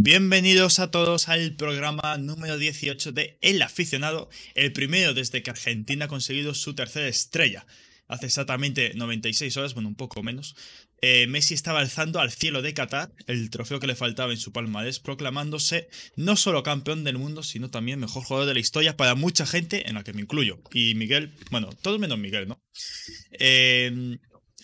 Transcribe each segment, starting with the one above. Bienvenidos a todos al programa número 18 de El aficionado, el primero desde que Argentina ha conseguido su tercera estrella. Hace exactamente 96 horas, bueno, un poco menos, eh, Messi estaba alzando al cielo de Qatar el trofeo que le faltaba en su palmarés, proclamándose no solo campeón del mundo, sino también mejor jugador de la historia para mucha gente, en la que me incluyo. Y Miguel, bueno, todo menos Miguel, ¿no? Eh,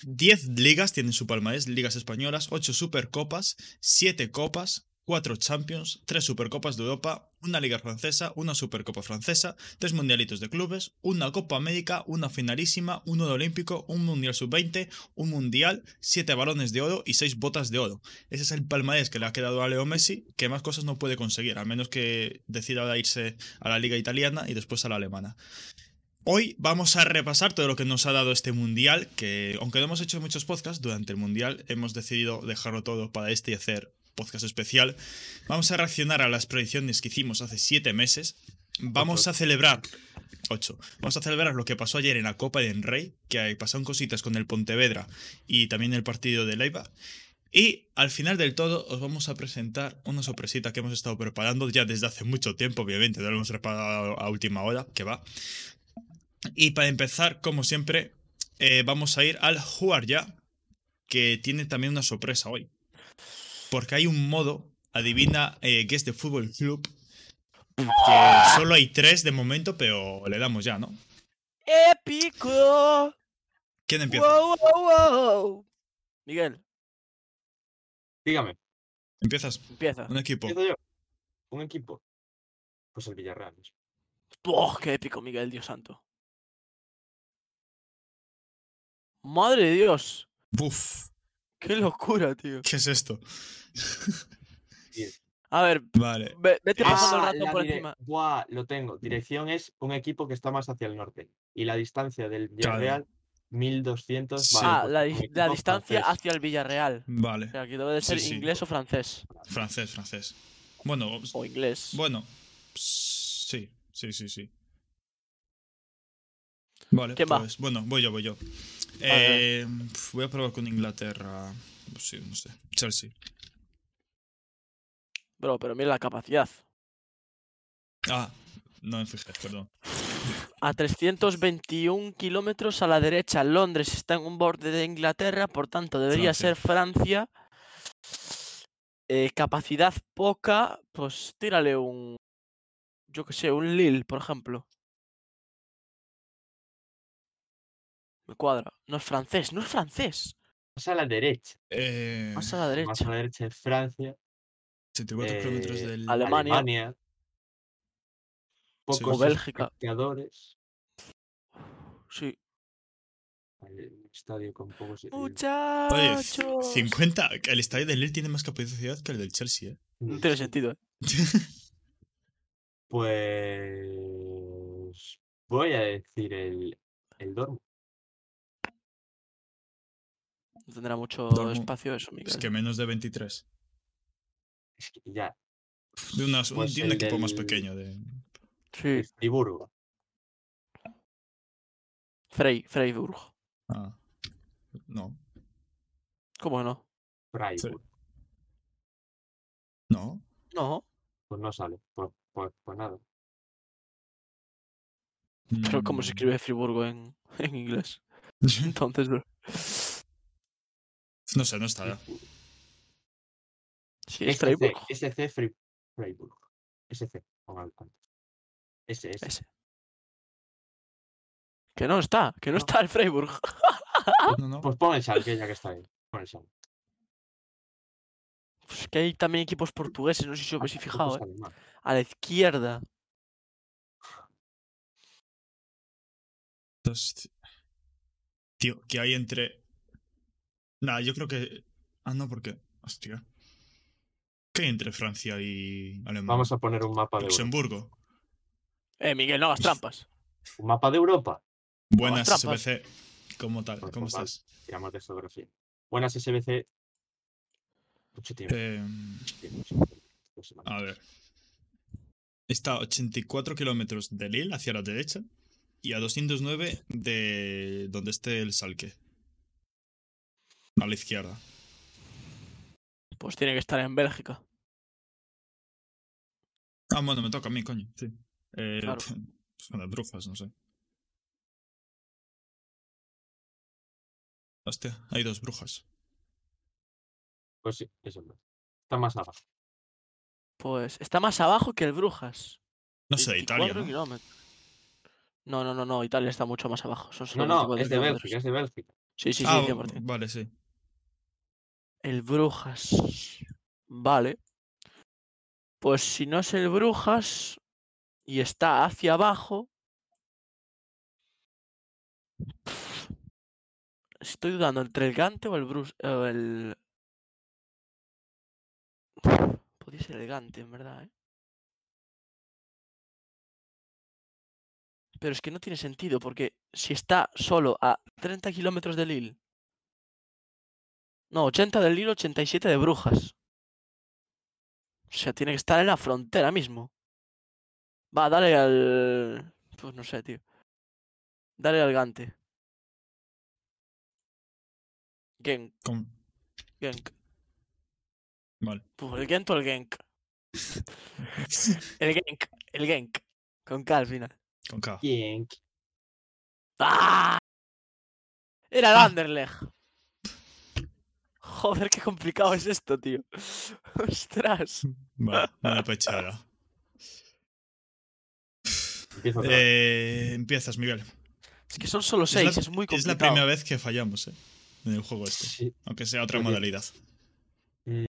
10 ligas tienen su palmarés, ligas españolas, 8 supercopas, 7 copas, 4 Champions, 3 Supercopas de Europa, una Liga Francesa, una Supercopa Francesa, 3 Mundialitos de Clubes, una Copa América, una finalísima, un Oro Olímpico, un Mundial Sub-20, un Mundial, 7 Balones de Oro y 6 Botas de Oro. Ese es el palmarés que le ha quedado a Leo Messi, que más cosas no puede conseguir, a menos que decida ahora irse a la Liga Italiana y después a la Alemana. Hoy vamos a repasar todo lo que nos ha dado este mundial, que aunque lo hemos hecho en muchos podcasts, durante el mundial hemos decidido dejarlo todo para este y hacer podcast especial. Vamos a reaccionar a las predicciones que hicimos hace siete meses. Vamos a celebrar. Ocho. Vamos a celebrar lo que pasó ayer en la Copa del Rey, que pasaron cositas con el Pontevedra y también el partido de Leiva. Y al final del todo os vamos a presentar una sorpresita que hemos estado preparando ya desde hace mucho tiempo, obviamente, no lo hemos preparado a última hora, que va. Y para empezar, como siempre, eh, vamos a ir al jugar ya, que tiene también una sorpresa hoy porque hay un modo, adivina eh, que es de Fútbol Club, que solo hay tres de momento, pero le damos ya, ¿no? ¡Épico! ¿Quién empieza? ¡Wow, wow, wow! Miguel, Dígame, Empiezas. empieza. Un equipo. ¿empiezo yo? ¿Un equipo? Pues el Villarreal. ¡Oh, qué épico, Miguel, Dios santo! ¡Madre de Dios! Buf, ¡Qué locura, tío! ¿qué es esto? A ver, Vale. ve- vete Ah, pasando el la rato por dire- encima. Buah, lo tengo. Dirección es un equipo que está más hacia el norte. Y la distancia del Claro. Villarreal, 1200. Sí. vale, Ah, pues la, un dis- equipo la distancia francés. hacia el Villarreal. O Vale. sea, que debe de Sí, ser sí. inglés o francés. Francés, francés. Bueno, Oh. O inglés. bueno. Sí, sí, sí, sí. Vale, ¿Quién va? pues, bueno, voy yo, voy yo. vale. Eh, pf, voy a probar con Inglaterra. Sí, no sé. Chelsea. Bro, pero mira la capacidad. Ah, no me fijé, perdón. A 321 kilómetros a la derecha, Londres está en un borde de Inglaterra, por tanto debería Francia. ser Francia. Eh, capacidad poca, pues tírale un, yo que sé, un Lille, por ejemplo. Me cuadra. No es francés, no es francés. Más a la derecha. Eh, Más a la Más a derecha. la derecha es Francia, 74 kilómetros eh, del. Ale- Alemania. Alemania. Pocos O Bélgica. espectadores. Sí. Vale, Un estadio con pocos. eh, Oye, c- Muchachos. 50. El estadio del Lille tiene más capacidad que el del Chelsea, ¿eh? mm, No tiene sentido. ¿eh? Pues voy a decir el, el Dortmund. No tendrá mucho Dortmund. espacio eso, Miguel. Es que menos de 23. Es que ya, De, unas- un- Pues de un el equipo más del- pequeño. De... Sí, el Friburgo. Frey, Freiburg. Ah. No. ¿Cómo que no? Freiburg. No. No. Pues no sale. Pues, pues- pues nada. Pero ¿cómo se Mm, escribe Friburgo en, en inglés? Entonces, bro. No sé, no está. Friburgo. Sí, es SC, Freiburg. SC Fri- Freiburg. SC, ponga el tanto. S, S. Ese. Que no está, que no No. está el Freiburg. No, no. Pues pon el Schalke, ya que está ahí. Pon el Schalke. Pues es que hay también equipos portugueses, no sé si os habéis Tampoco fijado, es ¿eh? alemán. A la izquierda. Entonces, Tío, que hay entre. Nah, yo creo que. Ah, no, porque. Hostia. ¿Qué hay entre Francia y Alemania? Vamos a poner un mapa de Europa. Luxemburgo. Eh, Miguel, no hagas trampas. Un mapa de Europa. Buenas, trampas. SBC. ¿Cómo tal? Pues ¿Cómo normal. estás? Tiramos de geografía. Buenas SBC. Mucho tiempo. Eh. mucho tiempo, mucho tiempo, dos A semanas. ver. Está a 84 kilómetros de Lille hacia la derecha y a 209 de donde esté el Salque. A la izquierda. Pues tiene que estar en Bélgica. Ah, bueno, me toca a mí, coño. Sí. Eh, Claro. Son las brujas, no sé. Hostia, hay dos brujas. Pues sí, es el Está más abajo. Pues está más abajo que el Brujas. No sé, de Italia, 24 ¿no? kilómetros. No, no, no, no, Italia está mucho más abajo. Son No, solo no, 24 es de kilómetros. Bélgica, es de Bélgica. Sí, sí, sí, Ah, 100%. vale, sí. El Brujas. Vale. Pues si no es el Brujas y está hacia abajo. Estoy dudando entre el Gante o el Brus. o el. Podría ser el Gante, en verdad, ¿eh? Pero es que no tiene sentido, porque si está solo a 30 kilómetros de Lille no, 80 del Lille, 87 de Brujas. O sea, tiene que estar en la frontera mismo. Va, dale al. Pues no sé, tío. Dale al Gante. Genk, Con- Genk. Vale. Pues el Genk o el Genk. El Genk, el Genk. Con K al final. Con K. ¿Quién? ¡Ah! Era el Ah. Anderlecht. Joder, qué complicado es esto, tío. Ostras. Vale, me da pecho ahora. Empiezo otra vez. Eh, empiezas, Miguel. Es que son solo Es la- seis, es, muy complicado. Es la primera vez que fallamos, ¿eh? En el juego pues este. Sí, Aunque sea otra Oye. modalidad. eh,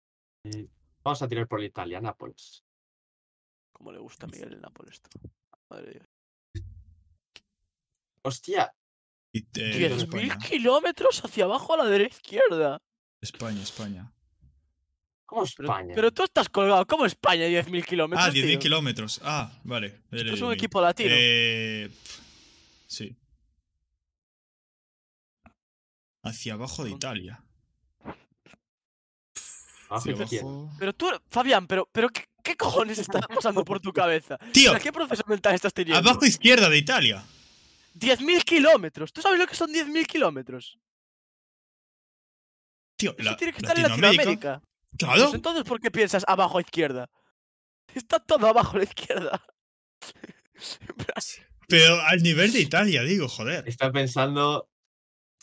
Vamos a tirar por la Italia, Nápoles. Como le gusta a Miguel el Napoli esto. Madre de Dios. Hostia, Y, eh, Diez España. 10.000 kilómetros hacia abajo a la derecha izquierda. España, España. ¿cómo Pero, España? pero tú estás colgado. ¿Cómo España 10.000 kilómetros? Ah, 10.000 tío? kilómetros. Ah, vale. Esto Eh, es un eh, equipo latino. eh, pf, sí. Hacia abajo de Con- Italia. Abajo Hacia izquierda. abajo. Pero tú, Fabián, pero, pero ¿qué, qué cojones está pasando por tu cabeza? O Tío, sea, ¿Qué proceso mental estás teniendo? abajo izquierda de Italia. 10.000 kilómetros. ¿Tú sabes lo que son 10.000 kilómetros? Tío, Eso la- tiene que estar en Latinoamérica. Latinoamérica. Pues Claro. entonces, ¿por qué piensas abajo a izquierda? Está todo abajo a la izquierda. En plan, Pero al nivel de Italia, digo, joder. Está pensando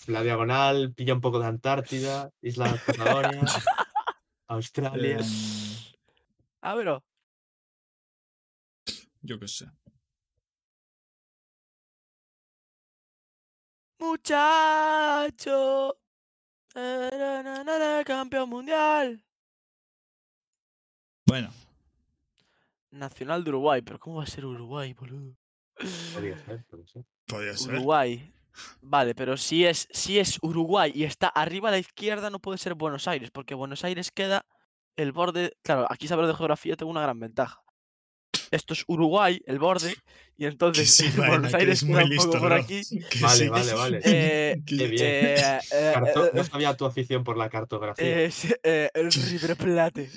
la diagonal, pilla un poco de Antártida, Isla de Patagonia, Australia. Eh, A ver, oh, yo qué sé. muchacho. na, na, na, na, na, campeón mundial. Bueno, Nacional de Uruguay, pero ¿cómo va a ser Uruguay, boludo? Podría ser, podría eh, ser. podría ser. Uruguay. Vale, pero si es, si es Uruguay y está arriba a la izquierda, no puede ser Buenos Aires, porque Buenos Aires queda el borde. Claro, aquí saber de geografía tengo una gran ventaja. Esto es Uruguay, el borde, y Que entonces sí, Baena, Buenos que eres Aires queda muy un poco listo, por bro. aquí. Que Vale, sí. vale, vale. Eh, Que- Qué bien. Eh, eh, eh, Carto- eh, No sabía tu afición por la cartografía. es, eh, el River Plate.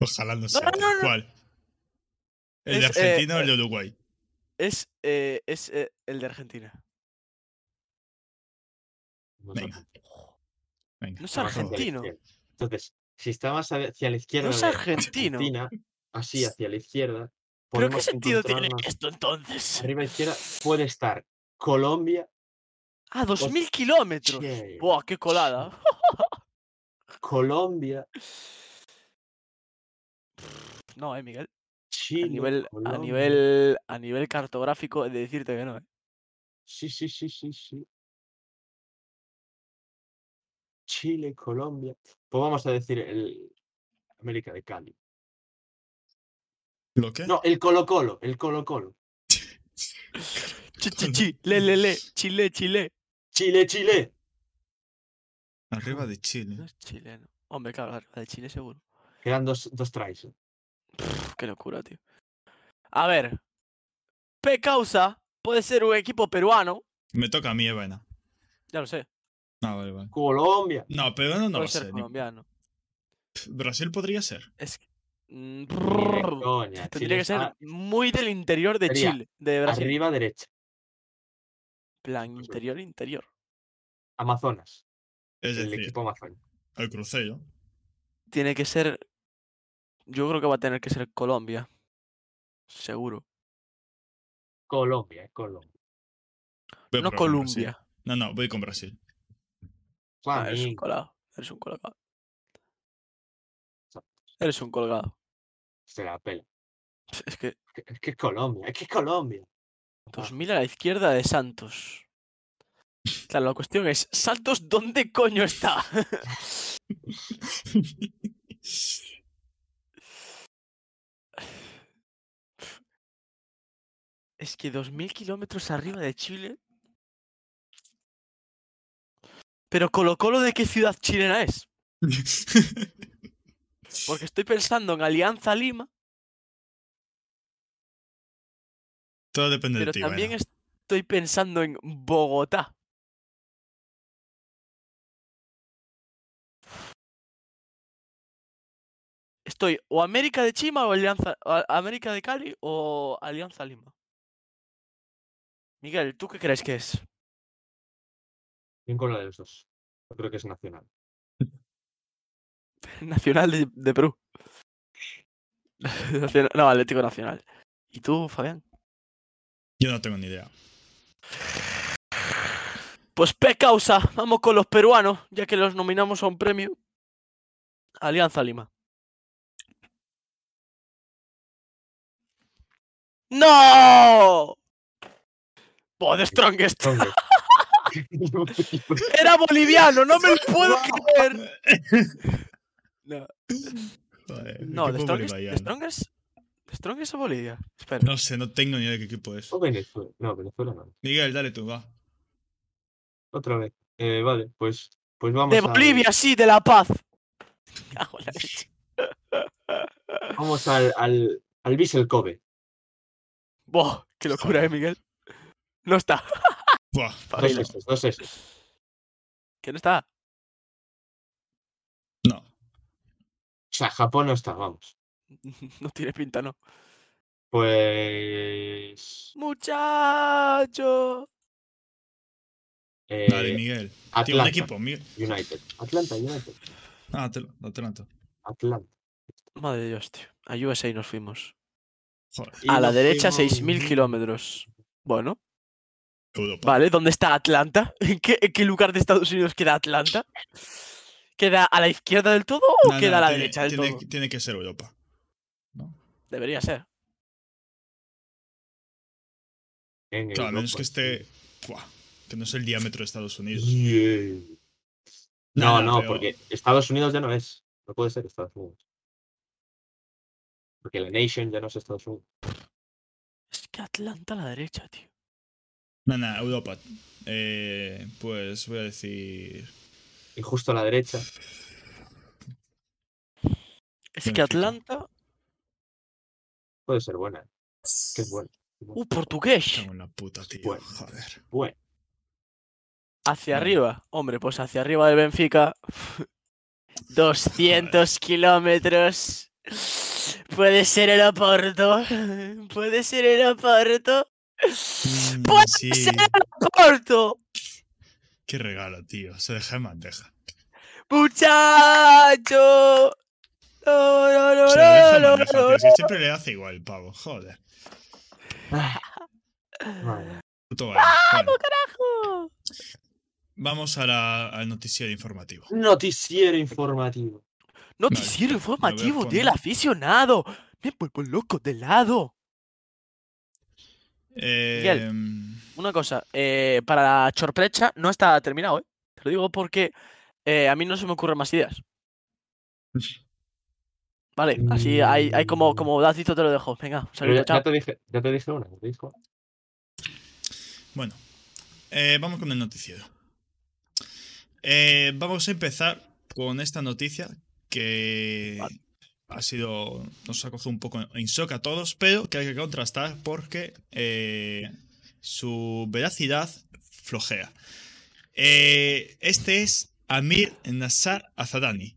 Ojalá no sea. no, tal no, no. cual. ¿El de Es, eh, Argentina o el eh, de Uruguay? Es, eh, es eh, el de Argentina. No sabía. venga. Venga. No es Está más hacia la argentino. izquierda. Entonces, si está más hacia la izquierda No es de argentino. Argentina, así hacia la izquierda, ¿Pero qué podemos sentido tiene encontrarnos- esto entonces? Arriba izquierda puede estar Colombia, Ah, 2000 kilómetros. Che, Buah, qué colada. Colombia, No, eh, Miguel. Chile. A nivel, a Colombia. nivel, a nivel cartográfico, he de decirte que no, eh. Sí, sí, sí, sí, sí. Chile, Colombia. Pues vamos a decir el América de Cali. ¿Lo qué? No, el Colo Colo, el Colo Colo. Chi, chi, chi, le, le, le, chile, chile. Chile, Chile. Arriba de No Chile. es chileno. Hombre, claro, arriba de Chile seguro. Quedan dos, dos tries. Pff, Qué locura, tío. A ver. P causa puede ser un equipo peruano. Me toca a mí, eh, Evana. Ya lo sé. Ah, vale, vale. Colombia. No, pero no, no va a puede ser ser. colombiano. Brasil podría ser. Es que- Mm, Ni de brrr. coña, Chile Tendría que ser está muy del interior de Sería Chile, de Brasil. arriba derecha. Plan interior, interior. Amazonas. Es El decir, equipo amazónico. el crucero. Tiene que ser Yo creo que va a tener que ser Colombia. Seguro. Colombia, eh, Colombia. Voy a no probar con Brasil. Colombia. No, no, voy con Brasil. Ah, eres un Flamín. colado. Eres un colgado. Exacto. Eres un colgado. Se la pela. Es que Es que es Colombia, es que es Colombia. Ah, 2000 a la izquierda de Santos. Claro, la cuestión es, ¿Santos dónde coño está? Es que 2000 kilómetros arriba de Chile. Pero Colo Colo de qué ciudad chilena es? Porque estoy pensando en Alianza Lima, Todo depende pero de ti. también bueno. estoy pensando en Bogotá. Estoy o América de Chima o Alianza o A- América de Cali o Alianza Lima. Miguel, ¿tú qué crees que es? Ninguno de los dos. Yo creo que es nacional. Nacional de, de Perú. Nacional- no, Atlético Nacional. ¿Y tú, Fabián? Yo no tengo ni idea. Pues P causa, vamos con los peruanos, ya que los nominamos a un premio. Alianza Lima. ¡No! ¡Oh, The Strongest! Hombre. ¡Era boliviano! ¡No me lo puedo creer! Joder, No, The equipo Strongest, The bolivariano. Strongest. The Strongest es Bolivia. Espera. No sé, no tengo ni idea de qué equipo es. o Venezuela. No, Venezuela no. Miguel, dale tú, va. Otra vez. Eh, vale, pues, pues vamos de al- Bolivia, sí, de La Paz. Me cago en la leche. Vamos al, al, al Vissel Kobe. Buah, ¡Qué locura, eh, Joder. Miguel! No está. Buah, Dos Fabilo, esos, dos esos. Que no está. no. O sea, Japón no está, vamos. No tiene pinta, no. Pues. Muchacho. eh, Dale, Miguel. Tío, un Atlanta equipo, Miguel. United. Atlanta United. Ah, te lo, no te lanzo. Atlanta. Madre de Dios, tío. A USA nos fuimos. Joder, Y A la nos derecha, fuimos- 6.000 kilómetros. Bueno, Europa. vale. ¿Dónde está Atlanta? ¿En qué, en qué lugar de Estados Unidos queda Atlanta? ¿Queda a la izquierda del todo o No, no, queda a la tiene- derecha del tiene, todo? tiene que ser Europa. Debería ser. En Claro, a menos Europa. que esté. Buah, que no es el diámetro de Estados Unidos. Yeah. No, no, pero- porque Estados Unidos ya no es. No puede ser Estados Unidos. Porque la Nation ya no es Estados Unidos. Es que Atlanta a la derecha, tío. No, no, Europa. Eh, pues voy a decir. Y justo a la derecha. Es que Benfica. Atlanta. Puede ser buena. ¿eh? Que es buena. Uh, portugués. Cago en la puta, tío. Bueno. Joder. Bueno, Hacia Vale. arriba. Hombre, pues hacia arriba de Benfica. 200 kilómetros. Puede ser el Oporto. Puede ser el Oporto. Mm, ¡Puede sí, ser el Oporto! qué regalo, tío. Se deja en bandeja. ¡Muchacho! No, no, no, Se lo deja no, en no, bandeja, no, tío. Si no. siempre le hace igual, pavo. Joder. madre mía. Puto vale. Bueno, ¡Oh! vamos a la, al noticiero informativo. Noticiero informativo. Noticiero lo voy informativo a del poner. aficionado. Me vuelvo loco de lado. Eh, Una cosa, eh, para la chorprecha no está terminado, ¿eh? Te lo digo porque eh, a mí no se me ocurren más ideas. Vale, así hay, hay como, Mm. como datito te lo dejo. Venga, un Pero saludo, ya, chao. ya te dije, ya te dije una. te dije una. Bueno, eh, vamos con el noticiero. Eh, vamos a empezar con esta noticia que Vale. ha sido. Nos ha cogido un poco en shock a todos, pero que hay que contrastar porque eh, su veracidad flojea. Eh, este es Amir Nassar Azadani,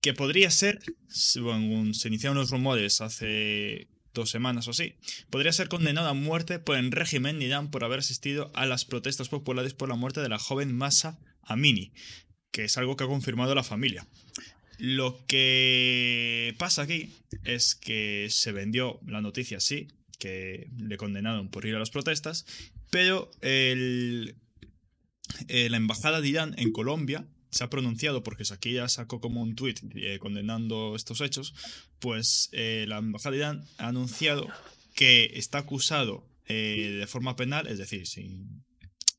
que podría ser, según se iniciaron los rumores hace dos semanas o así, podría ser condenado a muerte por el régimen de Irán por haber asistido a las protestas populares por la muerte de la joven Masa Amini, que es algo que ha confirmado la familia. Lo que pasa aquí es que se vendió la noticia, sí, que le condenaron por ir a las protestas, pero el, eh, la embajada de Irán en Colombia se ha pronunciado, porque Shakira sacó como un tuit eh, condenando estos hechos, pues eh, la embajada de Irán ha anunciado que está acusado eh, de forma penal, es decir, sin,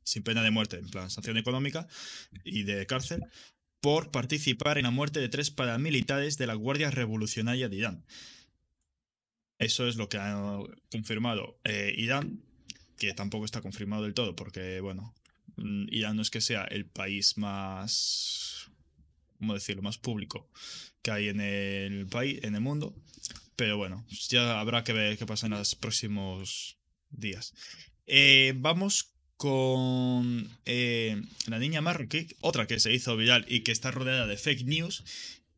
sin pena de muerte, en plan sanción económica y de cárcel, por participar en la muerte de tres paramilitares de la Guardia Revolucionaria de Irán. Eso es lo que ha confirmado eh, Irán, que tampoco está confirmado del todo, porque, bueno, mm, Irán no es que sea el país más, ¿cómo decirlo?, más público que hay en el país, en el mundo. Pero bueno, pues ya habrá que ver qué pasa en los próximos días. Eh, vamos con eh, la niña marroquí, otra que se hizo viral y que está rodeada de fake news.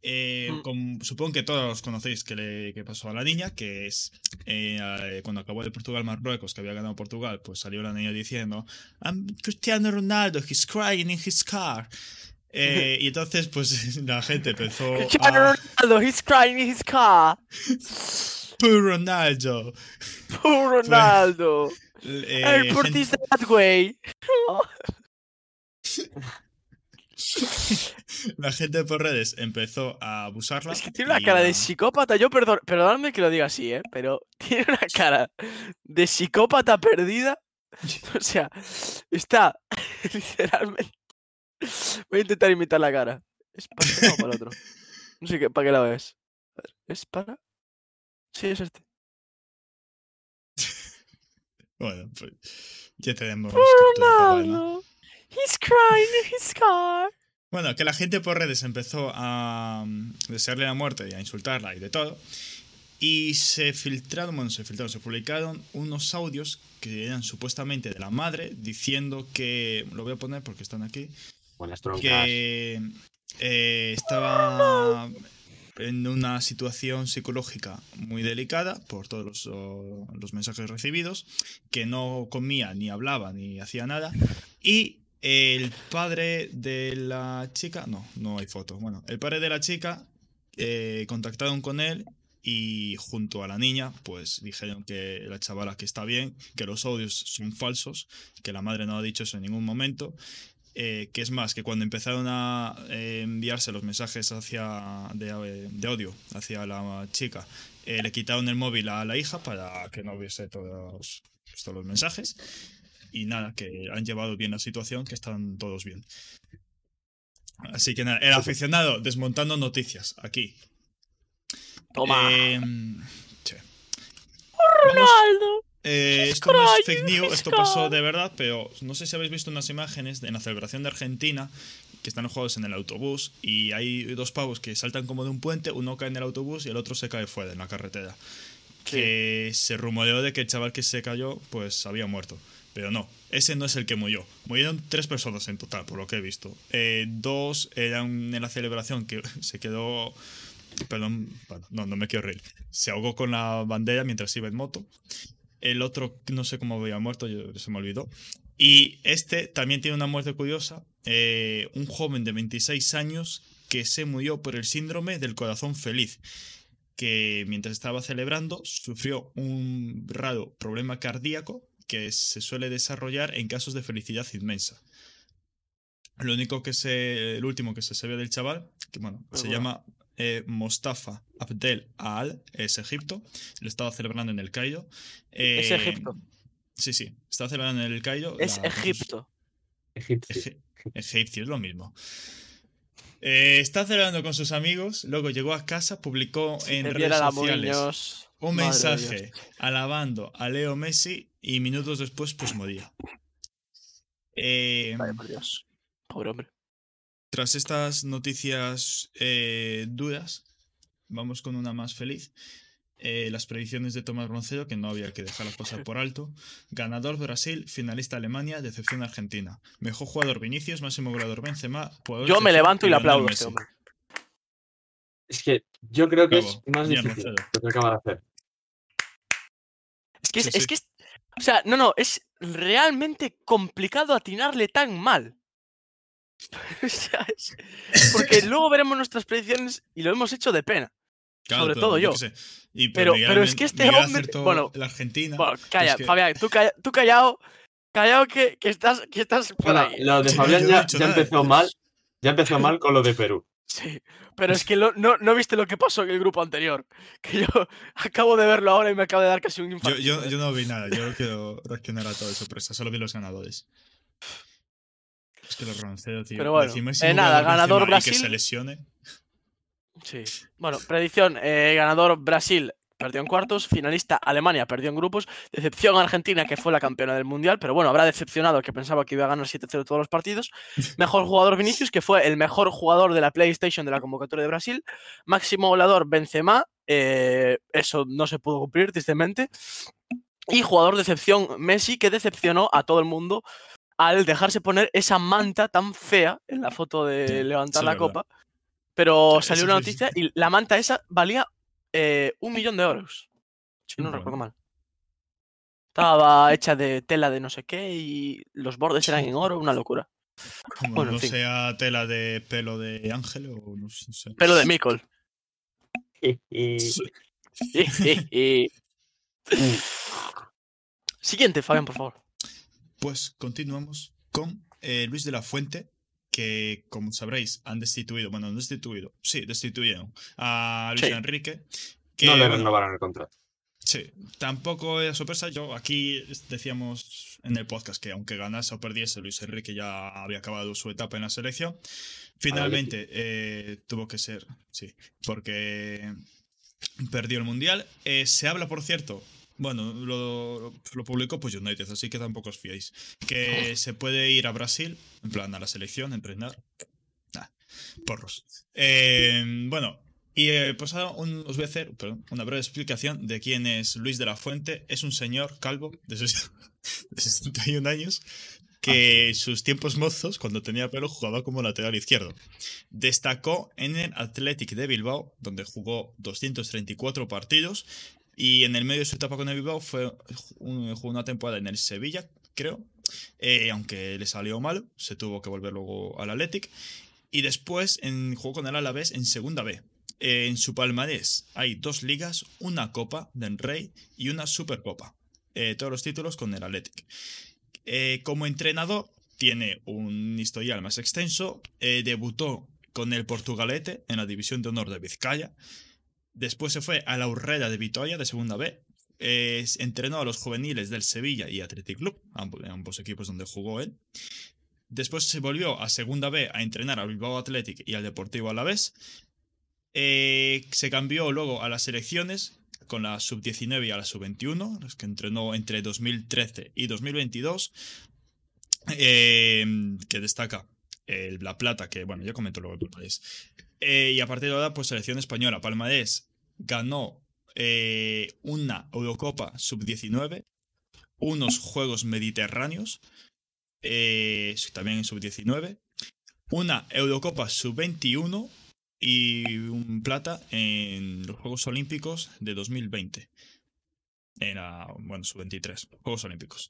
Eh, Mm. con- supongo que todos conocéis que le que pasó a la niña, que es eh, eh, cuando acabó el Portugal-Marruecos, que había ganado Portugal, pues salió la niña diciendo, "I'm Cristiano Ronaldo, he's crying in his car. Eh, y entonces, pues la gente empezó Cristiano a... Ronaldo, he's crying in his car. "Poor Ronaldo! Poor Ronaldo. Eh, Airport gente- is that way. la gente por redes empezó a abusarla. Es que tiene una y cara a- de psicópata. Yo perdón, perdonadme que lo diga así, ¿eh? Pero tiene una cara de psicópata perdida. O sea, está literalmente. Voy a intentar imitar la cara. ¿Es para este o para el otro? No sé qué, para qué lado es. A ver, ¿Es para? Sí, es este. Bueno, pues ya tenemos captura, bueno. Ronaldo, He's crying in his car. Bueno, que la gente por redes empezó a mm, desearle la muerte y a insultarla y de todo. Y se filtraron, bueno, se filtraron, se publicaron unos audios que eran supuestamente de la madre diciendo que, lo voy a poner porque están aquí, Buenas troncas. que eh, estaba en una situación psicológica muy delicada por todos los, o, los mensajes recibidos, que no comía, ni hablaba, ni hacía nada. Y el padre de la chica, no, no hay foto, bueno, el padre de la chica eh, contactaron con él y junto a la niña, pues dijeron que la chavala que está bien, que los audios son falsos, que la madre no ha dicho eso en ningún momento. eh, que es más, que cuando empezaron a eh, enviarse los mensajes hacia de, eh, de odio hacia la chica, eh, le quitaron el móvil a la hija para que no viese todos, pues, todos los mensajes. Y nada, que han llevado bien la situación, que están todos bien. Así que nada, el aficionado desmontando noticias aquí. Toma. Em, sí. Vamos- Ronaldo. eh, She's esto no es crying, fake news, she's esto pasó crying. de verdad, pero no sé si habéis visto unas imágenes de en la celebración de Argentina que están los jugadores en el autobús y hay dos pavos que saltan como de un puente, uno cae en el autobús y el otro se cae fuera en la carretera. Que se rumoreó de que el chaval que se cayó pues había muerto, pero no, ese no es el que murió. Murieron tres personas en total, por lo que he visto. Eh, dos eran en la celebración que se quedó... Perdón, bueno, no, no me quiero reír. Se ahogó con la bandera mientras iba en moto. El otro, no sé cómo había muerto, yo- se me olvidó. Y este también tiene una muerte curiosa. eh, un joven de 26 años que se murió por el síndrome del corazón feliz, que mientras estaba celebrando sufrió un raro problema cardíaco que se suele desarrollar en casos de felicidad inmensa. Lo único que se. El último que se se ve del chaval, que bueno, se Ajá. llama eh, Mostafa Abdel Al, es Egipto. Lo estaba celebrando en el Cairo. Es Eh, Egipto. Sí, sí. Está celebrando en el Cairo. Es la- Egipto. Egipcio. Eje- egipcio, es lo mismo. Eh, está celebrando con sus amigos, luego llegó a casa, publicó en Te redes viera la sociales Mourinho's. un Madre de mensaje Dios. alabando a Leo Messi y minutos después pues moría. Eh, Vaya por Dios. Pobre hombre. tras estas noticias eh, duras, vamos con una más feliz. Eh, las predicciones de Tomás Roncero, que no había que dejarlas pasar por alto. Ganador Brasil, finalista Alemania, decepción Argentina. Mejor jugador Vinicius, máximo goleador Benzema. jugador Yo me excepcional levanto y le Lionel aplaudo a Messi. este hombre. Es que yo creo que es Bravo, más bien, difícil Marcelo. lo que acaba de hacer. Es que es, Sí, es sí. que es- O sea, no, no, es realmente complicado atinarle tan mal. O sea, es- Porque luego veremos nuestras predicciones y lo hemos hecho de pena. Sobre todo yo. qué sé. Y, Pero- pero es Men- que este Miguel hombre- acertó bueno, la Argentina. Bueno, calla, que- Fabián, tú, calla- tú callado, callado que, que estás, que estás por Bueno, ahí. lo de Sí, Fabián yo no he ya, dicho ya nada. ¿eh? empezó mal. Ya empezó mal con lo de Perú. Sí, pero es que lo- no, no viste lo que pasó en el grupo anterior. Que yo acabo de verlo ahora y me acaba de dar casi un Yo, infarto. yo, yo no vi nada, yo quiero reaccionar a todo de sorpresa, solo vi los ganadores. Es que los ronceo, tío. Pero bueno, Encima es eh, un nada, jugador ganador encima y Que se Brasil. lesione. Sí. Bueno, predicción, eh, ganador Brasil perdió en cuartos, finalista Alemania perdió en grupos, decepción Argentina que fue la campeona del mundial, pero bueno, habrá decepcionado que pensaba que iba a ganar 7-0 todos los partidos, mejor jugador Vinicius que fue el mejor jugador de la PlayStation de la convocatoria de Brasil, máximo volador Benzema, eh, eso no se pudo cumplir tristemente, y jugador decepción Messi que decepcionó a todo el mundo al dejarse poner esa manta tan fea en la foto Sí, de eso levantar es la verdad. copa. Pero Eso salió una sí. noticia y la manta esa valía eh, un millón de euros. Si no Bueno. recuerdo mal. Estaba hecha de tela de no sé qué y los bordes eran en oro, una locura. Como Bueno, en no fin. sea tela de pelo de Ángel o no sé. no sé. Pelo de Micol. Siguiente, Fabián, por favor. Pues continuamos con eh, Luis de la Fuente, que como sabréis han destituido, bueno, no destituido, sí, destituyeron a Luis Sí. Enrique. Que, No le bueno, renovaron el contrato. Sí, tampoco era sorpresa. Yo aquí es- decíamos en el podcast que aunque ganase o perdiese, Luis Enrique ya había acabado su etapa en la selección. Finalmente eh, tuvo que ser, sí, porque perdió el Mundial. Eh, se habla, por cierto, bueno, lo, lo publicó pues United, así que tampoco os fiéis, que se puede ir a Brasil, en plan a la selección, a entrenar. Nah, porros. Eh, bueno, y eh, pues ahora un- os voy a hacer perdón, una breve explicación de quién es Luis de la Fuente. Es un señor calvo de, ses- de 61 años que en sus tiempos mozos, cuando tenía pelo, jugaba como lateral izquierdo. Destacó en el Athletic de Bilbao, donde jugó 234 partidos. Y en el medio de su etapa con el Bilbao fue, un- jugó una temporada en el Sevilla, creo. eh, aunque le salió mal, se tuvo que volver luego al Athletic. Y después en, jugó con el Alavés en Segunda B. Eh, en su palmarés hay dos ligas, una Copa del Rey y una Supercopa. Eh, todos los títulos con el Athletic. Eh, como entrenador, tiene un historial más extenso. Eh, debutó con el Portugalete en la División de Honor de Vizcaya. Después se fue a la Urrera de Vitoria de Segunda B. Eh, entrenó a los juveniles del Sevilla y Athletic Club, ambos, ambos equipos donde jugó él. Después se volvió a Segunda B a entrenar al Bilbao Athletic y al Deportivo Alavés. Eh, se cambió luego a las selecciones con la sub-19 y a la sub-21, las que entrenó entre 2013 y 2022, eh, que destaca el la plata, que bueno, ya comento luego el palmarés. Eh, y a partir de ahora, pues selección española, palmarés ganó eh, una Eurocopa sub-19, unos Juegos Mediterráneos, eh, también en sub-19, una Eurocopa sub-21 y un plata en los Juegos Olímpicos de 2020. Era, bueno, sub-23, Juegos Olímpicos.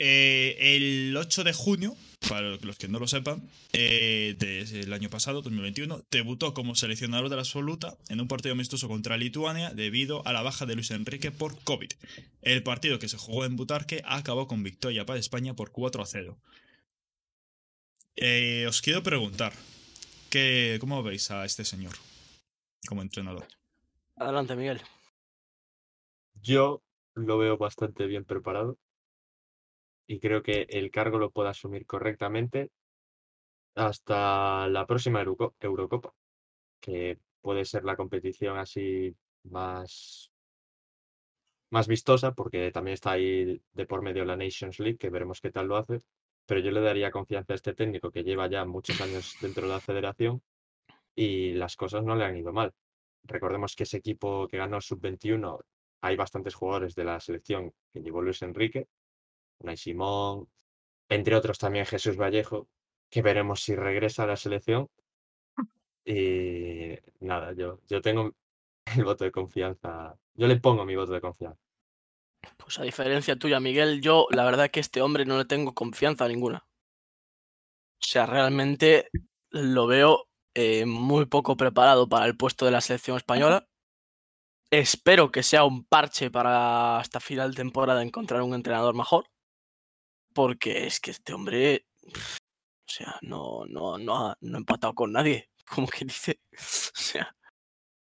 Eh, el 8 de junio, para los que no lo sepan, eh, del año pasado, 2021, debutó como seleccionador de la absoluta en un partido amistoso contra Lituania debido a la baja de Luis Enrique por COVID. El partido que se jugó en Butarque acabó con victoria para España por 4 a 0. Eh, os quiero preguntar, ¿Qué, ¿Cómo veis a este señor como entrenador? Adelante, Miguel. Yo lo veo bastante bien preparado y creo que el cargo lo puede asumir correctamente hasta la próxima Euro- Eurocopa, que puede ser la competición así más, más vistosa, porque también está ahí de por medio la Nations League, que veremos qué tal lo hace. Pero yo le daría confianza a este técnico que lleva ya muchos años dentro de la federación y las cosas no le han ido mal. Recordemos que ese equipo que ganó sub-21 hay bastantes jugadores de la selección que llevó Luis Enrique, Unai Simón, entre otros también Jesús Vallejo, que veremos si regresa a la selección. Y nada, yo, yo tengo el voto de confianza, yo le pongo mi voto de confianza. Pues a diferencia tuya, Miguel, yo la verdad que a este hombre no le tengo confianza ninguna. O sea, realmente lo veo eh, muy poco preparado para el puesto de la selección española. Espero que sea un parche para hasta final de temporada encontrar un entrenador mejor. Porque es que este hombre, o sea, no, no, no, ha, no ha empatado con nadie, como que dice. O sea,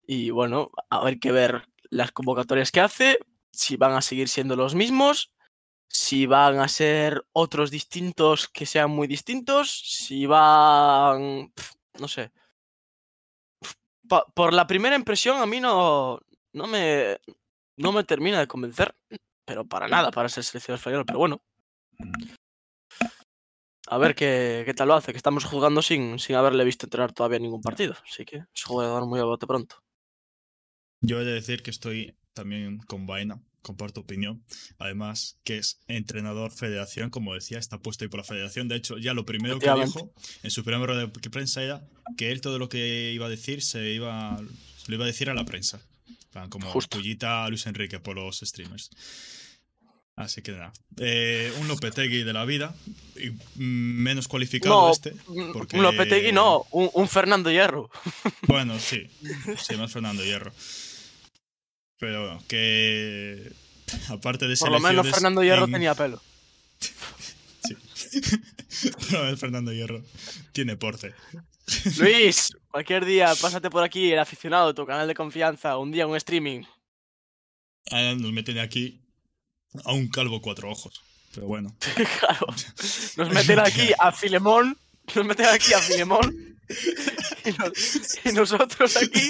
y bueno, a ver que ver las convocatorias que hace, si van a seguir siendo los mismos, si van a ser otros distintos que sean muy distintos, si van... pf, no sé. Pf, pa- por la primera impresión a mí no, no, me, no me termina de convencer, pero para Mm. nada, para ser selección española, pero bueno. A ver qué, qué tal lo hace, que estamos jugando sin, sin haberle visto entrenar todavía ningún partido, así que es jugador muy a bote pronto. Yo he de decir que estoy también con Vaina, comparto opinión. Además, que es entrenador federación, como decía, está puesto ahí por la federación. De hecho, ya lo primero que Efectivamente. dijo en su primera rueda de prensa era que él todo lo que iba a decir se iba se lo iba a decir a la prensa. En plan, Como Justo. pullita a Luis Enrique por los streamers. Así que nada. Eh, un Lopetegui de la vida. y, mm, menos cualificado No, este. Un- porque- Un Lopetegui no, un, un Fernando Hierro. Bueno, sí. Sí, más Fernando Hierro. Pero bueno, que. Aparte de Por lo menos selecciones Fernando Hierro en- tenía pelo. Sí. Pero el Fernando Hierro tiene porte. Luis, cualquier día pásate por aquí, el aficionado, tu canal de confianza, un día un streaming. Ahora nos meten aquí a un calvo cuatro ojos. Pero bueno. Claro. Nos meten aquí a Filemón. Nos meten aquí a Filemón. Y, nos- y nosotros aquí,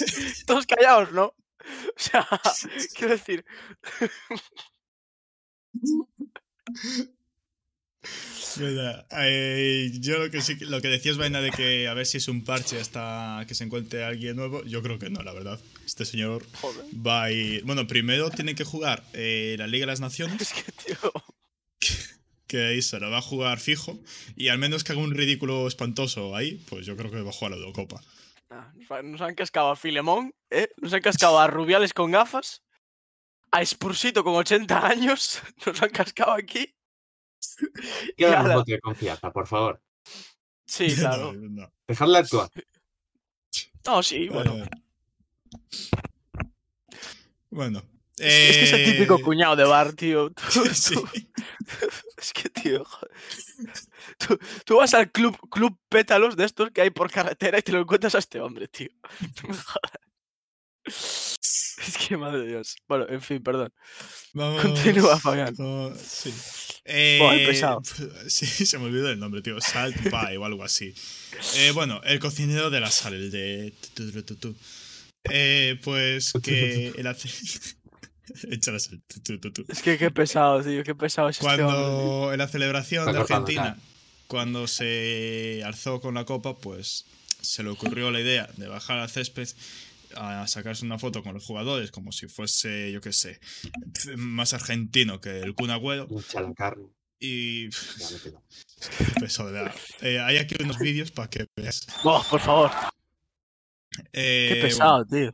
todos callados, ¿no? O sea, quiero decir. Mira, eh, yo lo que sí que- lo que decías, Vaina, de que a ver si es un parche hasta que se encuentre alguien nuevo. Yo creo que no, la verdad. Este señor Joder. va a ir. Bueno, primero tiene que jugar eh, la Liga de las Naciones. Es que, tío. que ahí se la va a jugar fijo y al menos que haga un ridículo espantoso ahí, pues yo creo que va a jugar a la Eurocopa. nah, nos ha- Nos han cascado a Filemón, ¿eh? Nos han cascado a Rubiales con gafas. A Spursito con 80 años. Nos han cascado aquí. Y Quédanos ala. voto de confianza, por favor. Sí, claro. No, no. Dejadla actuar. No, sí, bueno. Eh, bueno. Es que es el típico Eh, cuñado de bar, tío. Tú- sí. tú- Es que, tío, joder. Tú, tú vas al club, club pétalos de estos que hay por carretera y te lo encuentras a este hombre, tío. No me jodas. Es que madre de Dios. Bueno, en fin, perdón. Vamos. Continúa, Fabián. No, sí. Buah, he Eh, pesado. sí, se me olvidó el nombre, tío. Salt Pie o algo así. Eh, bueno, el cocinero de la sal, el de. tu, tu, tu, tu. Eh, pues que el hace. Echa la sal. tu, tu, tu, tu. Es que qué pesado, tío. Qué pesado es este hombre. tío. cuando en la celebración Está de cortando, Argentina, cuando se alzó con la copa, pues se le ocurrió la idea de bajar al césped a sacarse una foto con los jugadores, como si fuese, yo qué sé, más argentino que el Kun Agüero. Hincha la carne. Y Ya me quedo. eso, de verdad. Eh, hay aquí unos vídeos para que veas. Oh, por favor. Eh, Qué pesado, tío.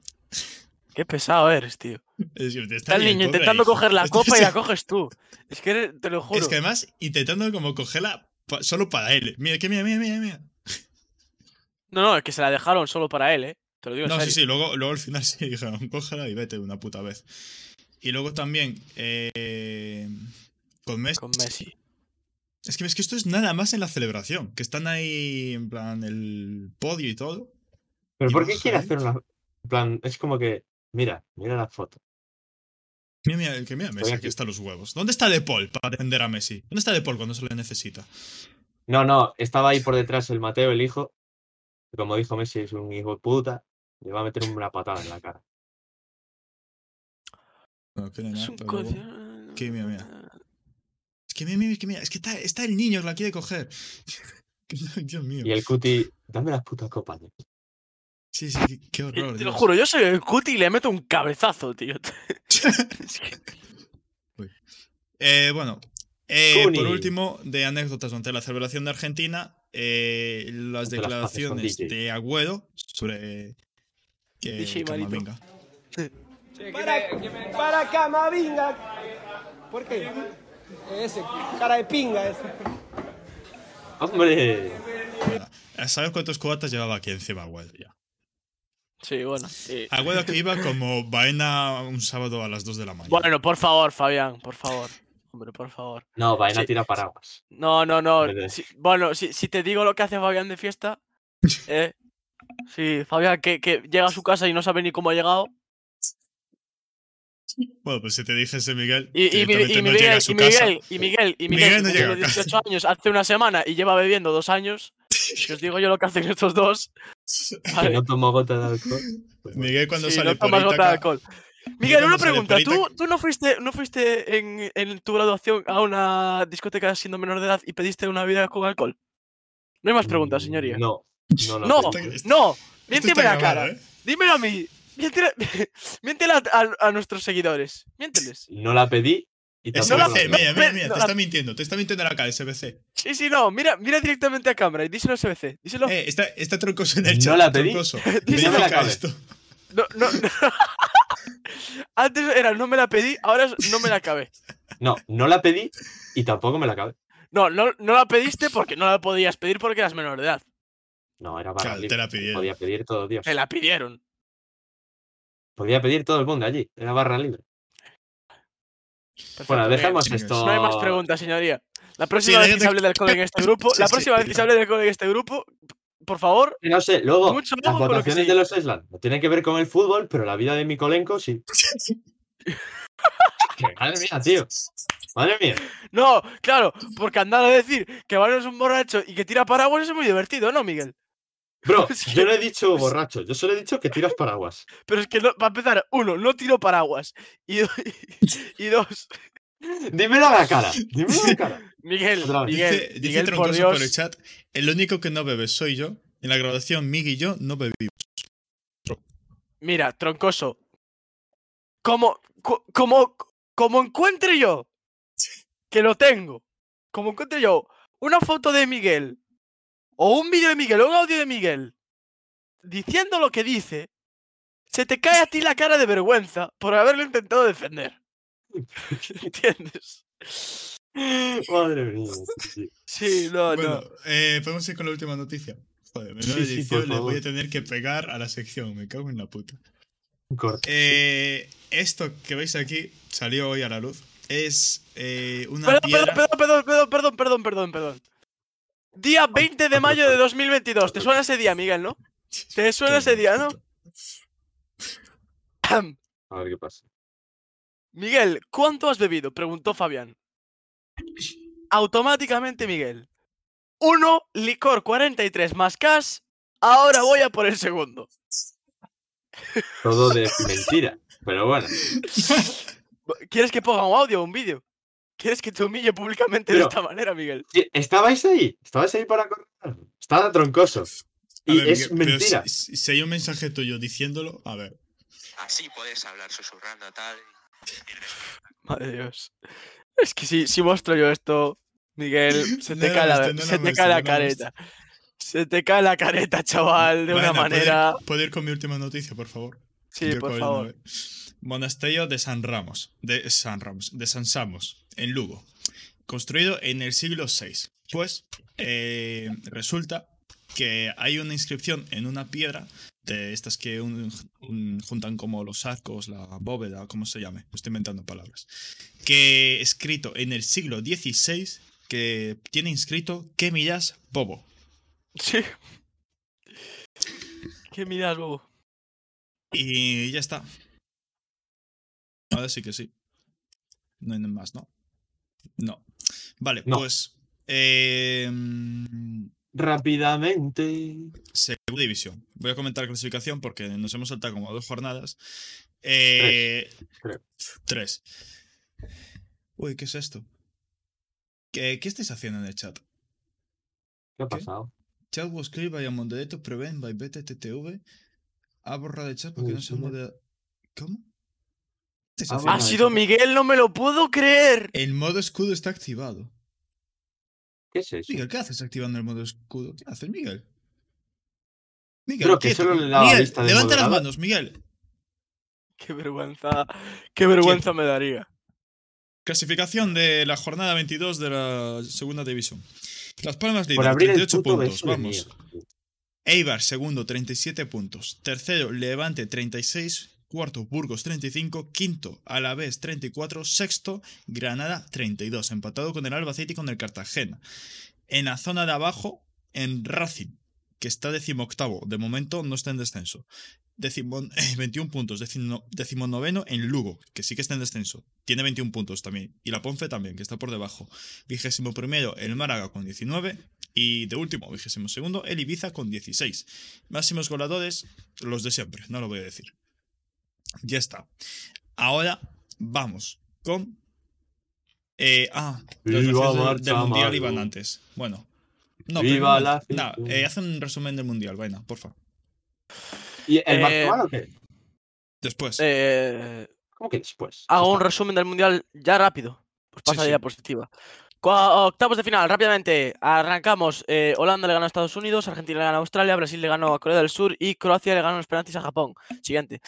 Qué pesado eres, tío. bueno, es que está Está el bien, niño pobre intentando ahí. coger la Es- copa y la coges tú. Es que eres- te lo juro. Es que además intentando como cogerla pa- solo para él. Mira, que mira, mira, mira, mira. No, no, es que se la dejaron solo para él, ¿eh? Te lo digo en No, sí, serio. sí, luego, luego al final sí dijeron, cógela y vete de una puta vez. Y luego también, eh, con Messi. Con Messi. Es que, es que esto es nada más en la celebración, que están ahí en plan el podio y todo. Pero Y ¿por qué baja quiere él. hacer una. En plan, es como que. Mira, mira la foto. Mira, mira, que mira Messi, Estoy aquí aquí. están los huevos. ¿Dónde está De Paul para atender a Messi? ¿Dónde está De Paul cuando se le necesita? No, no, estaba ahí por detrás el Mateo, el hijo. que Como dijo Messi, es un hijo de puta. Le va a meter una patada en la cara. Bueno, que no hay Es nada, un pero bueno. coño. que mira, mira. Es que mira, mira, es que mira, es que está, está el niño que la quiere coger. Dios mío. Y el cuti, dame las putas copas. ya". Sí, sí, qué, qué Y horror. Eh, te lo Dios. juro, yo soy el cuti y le meto un cabezazo, tío. Es que- Eh, bueno, eh, Cuni. por último, de anécdotas durante la celebración de Argentina, eh, las Ante las fases con declaraciones DJ. de Agüero sobre que DJ Marito. Camavinga. Para, para Camavinga. ¿Por qué? Ese, cara de pinga ese. ¡Hombre! A saber Eh, cuántos cubatas llevaba aquí encima Agüero ya. Sí, bueno. sí. Agüero que iba como vaina un sábado a las 2 de la mañana. Bueno, por favor, Fabián, por favor. Hombre, por favor. No, Baena Sí. tira paraguas. No, no, no. Vale. si- bueno, si, si te digo lo que hace Fabián de fiesta. eh, sí, Fabián, que, que llega a su casa y no sabe ni cómo ha llegado. Bueno, pues si te dijese Miguel, Y, y, mi- y directamente no Miguel, llega a y su casa. Miguel, y Miguel, y Miguel, Miguel no que llega cumplió a casa. 18 años hace una semana y lleva bebiendo dos años. Si os digo yo lo que hacen estos dos. Que vale, no tomo gota de alcohol. Pues bueno. Miguel cuando sí, sale no por tomas gota de Ítaca, alcohol. Miguel, cuando una sale pregunta. por ¿Tú, tú no fuiste, no fuiste en, en tu graduación a una discoteca siendo menor de edad y pediste una vida con alcohol? No hay más preguntas, señoría. No, no, lo No. este- acepto. No, Mm, Esto miénteme está la grabado, cara. ¿eh? Dímelo a mí. Miéntela, miéntela a, a nuestros seguidores. Miénteles. No la pedí y Es tampoco no la la CBC, hace, pedí. mira, mira, mira, no te la- está mintiendo, te está mintiendo la cara, SBC. Sí, sí, no. Mira, mira directamente a cámara y díselo a CBC. Díselo. Eh, está, está troncoso en el No chat. la pedí. Troncoso. Díselo a la Verifica cabeza. esto. No, no, no. Antes era no me la pedí, ahora es no me la acabé. No, no la pedí y tampoco me la acabé. No, no, no la pediste porque no la podías pedir porque eras menor de edad. No, era barra Claro, libre. te la pidieron. Podía pedir todo Dios. Te la pidieron. Podía pedir todo el mundo allí. Era barra libre. Perfecto, Bueno, Miguel. dejemos Venga, esto. No hay más preguntas, señoría. La próxima la vez que gente- se hable del alcohol en este grupo, Sí, la sí, próxima vez que claro. se hable del alcohol en este grupo, por favor, No sé, luego, mucho las ojo con lo que se votaciones de los Island no tienen que ver con el fútbol, pero la vida de Mikolenko sí. Que madre mía, tío. Madre mía. No, claro, porque andar a decir que Barón es un borracho y que tira paraguas es muy divertido, ¿no, Miguel? Bro, Es que- yo no he dicho borracho, yo solo he dicho que tiras paraguas. Pero es que, no, para empezar, uno, no tiro paraguas. Y, do- y dos, Dímelo a la cara. Dímelo a la cara. Miguel, Otra vez. Miguel, dice dice Miguel, por troncoso Dios. por el chat. El único que no bebe soy yo. En la graduación, Miguel y yo no bebimos. Mira, troncoso. Como, cu- como, como encuentre yo, que lo tengo, como encuentre yo una foto de Miguel, o un vídeo de Miguel, o un audio de Miguel, diciendo lo que dice, se te cae a ti la cara de vergüenza por haberlo intentado defender. ¿Entiendes? Madre mía. tío. Sí, no, bueno, no. eh, podemos ir con la última noticia. Joder, menuda Sí, sí, edición, por le voy favor. a tener que pegar a la sección. Me cago en la puta. Corta. Eh, esto que veis aquí salió hoy a la luz. Es eh, una Perdón, piedra. perdón, perdón, perdón, perdón, perdón, perdón, perdón. Día 20 de mayo de 2022. ¿Te suena ese día, Miguel, no? ¿Te suena ese día, no? Ahem. A ver qué pasa. Miguel, ¿cuánto has bebido? Preguntó Fabián. Automáticamente, Miguel. Uno, licor 43 más cash. Ahora voy a por el segundo. Todo de mentira. Pero bueno. ¿Quieres que ponga un audio o un vídeo? ¿Quieres que te humille públicamente de Pero- esta manera, Miguel? Sí, Estabais ahí. Estabais ahí para cortar. Estaba troncoso. A Y ver, es Miguel, pero mentira. Si, si- si hay un mensaje tuyo diciéndolo, a ver. Así puedes hablar susurrando tal. Madre de Dios. Es que si, si muestro yo esto, Miguel, se No te lo cae la, muestres, este, no lo se te muestres, cae no la lo muestres. careta. Se te cae la careta, chaval, de Vaina, una ¿puedo ir- manera. ¿Puedo ir con mi última noticia, por favor? pues, Sí, Yo eh. por acabo de favor. ver. Monasterio de San Ramos, de San Ramos, de San Samos, en Lugo, construido en el siglo VI. Pues eh, resulta que hay una inscripción en una piedra de estas que un- un- juntan como los arcos, la bóveda, como se llame, estoy inventando palabras, que escrito en el siglo XVI que tiene inscrito que millas bobo. Sí. ¿Qué miras, bobo? Y ya está. Ahora sí que sí. No hay más, ¿no? No. Vale, No. pues. Eh, mm, Rápidamente. segunda división. Voy a comentar la clasificación porque nos hemos saltado como dos jornadas. Eh, creo. Tres. Uy, ¿qué es esto? ¿Qué, qué estáis haciendo en el chat? ¿Qué ha pasado? Chat was clear by a moderator prevent by BTTTV. Ha borrado el Ah, chat porque Uy, no se ha ¿cómo? Ah, moderado. ¿Cómo? ¿Qué estáis Ha haciendo? Ha Bueno, sido eso- Miguel, no me lo puedo creer. El modo escudo está activado. ¿Qué es eso? Miguel, ¿qué haces activando el modo escudo? ¿Qué haces, Miguel? Miguel, Creo que quieto. solo le daba Miguel, vista de levanta las moderado. manos, Miguel. Qué vergüenza. Qué vergüenza me daría. Clasificación de la jornada 22 de la segunda división. Las Palmas Por líder, abrir el 38 puto puntos, beso de vamos. mierda. Eibar, segundo, 37 puntos. Tercero, Levante, 36. Cuarto, Burgos, 35. Quinto, Alavés, 34. Sexto, Granada, 32. Empatado con el Albacete y con el Cartagena. En la zona de abajo, en Racing, que está decimoctavo. De momento no está en descenso. Decimo- 21 puntos. Decimo- Decimonoveno en Lugo, que sí que está en descenso. Tiene 21 puntos también. Y la Ponfe también, que está por debajo. Vigésimo primero, el Málaga con 19. Y de último, vigésimo segundo, el Ibiza con 16. Máximos goleadores, los de siempre, no lo voy a decir. Ya está. Ahora vamos con. eh, ah, los Viva descensos del- marcha, del Mundial Manu. iban antes. Bueno. No, Viva pero- la nah, afición. eh, haz un resumen del Mundial, vaina, porfa. ¿Y el Eh, Barcelona o qué? Después. Eh, ¿Cómo que después? hago Ya un está. resumen del mundial ya rápido. Pues Sí, pasa sí. la diapositiva. Cua- Octavos de final, rápidamente. Arrancamos. eh, Holanda le ganó a Estados Unidos, Argentina le ganó a Australia, Brasil le ganó a Corea del Sur y Croacia le ganó en los penaltis a Japón. Siguiente.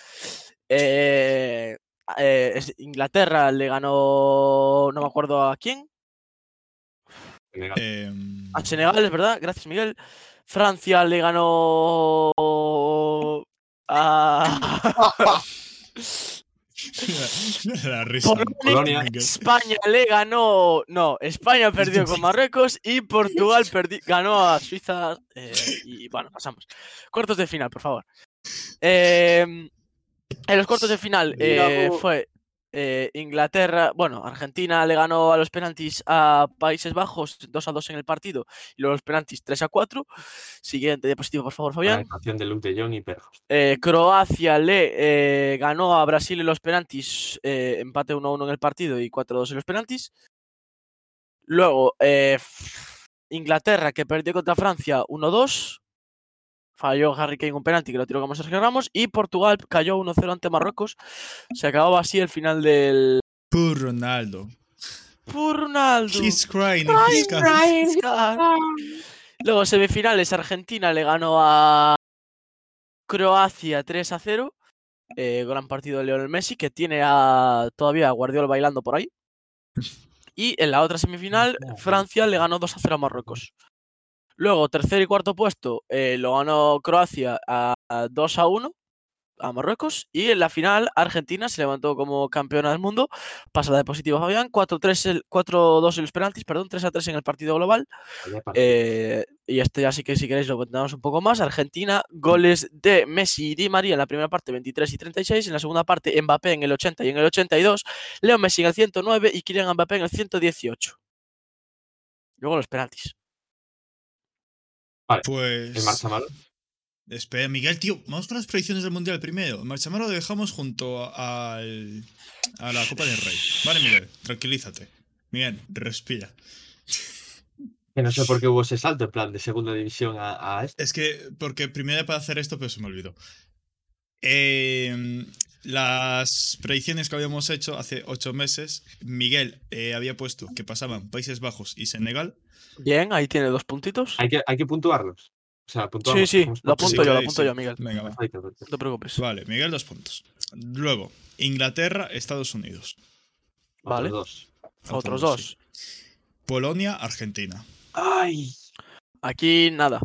Eh, eh, es- Inglaterra le ganó. No me acuerdo a quién. Senegal. Eh, A Senegal, es verdad. Gracias, Miguel. Francia le ganó. A. la risa. Polonia. Venga. España le ganó. No, España perdió con Marruecos y Portugal perdi- ganó a Suiza. eh, y bueno, pasamos. Cuartos de final, por favor. Eh, en los cuartos de final eh, Bravo. fue eh, Inglaterra. Bueno, Argentina le ganó a los penaltis a Países Bajos 2 a 2 en el partido y luego los penaltis 3 a 4. Siguiente diapositivo, por favor, La Fabián. actuación de Luke de Jong y Berghoff. Eh, Croacia le eh, ganó a Brasil en los penaltis, eh, empate 1-1 en el partido y 4-2 en los penaltis. Luego, eh, f- Inglaterra que perdió contra Francia 1-2. Falló Harry Kane un penalti que lo tiró como Sergio Ramos. Y Portugal cayó 1-0 ante Marruecos. Se acababa así el final del. Poor Ronaldo. ¡Pur Ronaldo! He's crying in his car. Oscar. Luego, semifinales, Argentina le ganó a Croacia 3 a 0. Eh, gran partido de Lionel Messi, que tiene a, todavía a Guardiola bailando por ahí. Y en la otra semifinal, Francia le ganó 2 a 0 a Marruecos. Luego, tercer y cuarto puesto, eh, lo ganó Croacia a, a 2 a 1 a Marruecos. Y en la final, Argentina se levantó como campeona del mundo Pasa la diapositiva, Fabián. 4-3 el- 4-2 en los penaltis, perdón, 3-3 en el partido global. Vaya partido. Eh, y este ya sí que si queréis lo contamos un poco más. Argentina, goles de Messi y Di María en la primera parte 23 y 36, en la segunda parte Mbappé en el 80 y en el 82, Leo Messi en el 109 y Kylian Mbappé en el 118. Luego los penaltis. El Pues. Marchamalo. Espera, Miguel, tío. Vamos con las predicciones del mundial primero. Marchamaro lo dejamos junto a- al. A la Copa del Rey. Vale, Miguel, tranquilízate. Miguel, respira. Que no sé por qué hubo ese salto en plan de segunda división a, a este. Es que, porque primero para hacer esto, pero se me olvidó. Eh, las predicciones que habíamos hecho hace ocho meses, Miguel eh, había puesto que pasaban Países Bajos y Senegal. Bien, ahí tiene dos puntitos. Hay que, hay que puntuarlos. O sea, Sí, puntuamos. sí, hacemos lo Sí, apunto yo, lo sí, apunto sí. yo, Miguel. Venga, va. Perfecto, perfecto. No te preocupes. Vale, Miguel, dos puntos. Luego, Inglaterra, Estados Unidos. Otros Vale. dos. Otros sí. dos. Polonia, Argentina. Ay, Aquí nada.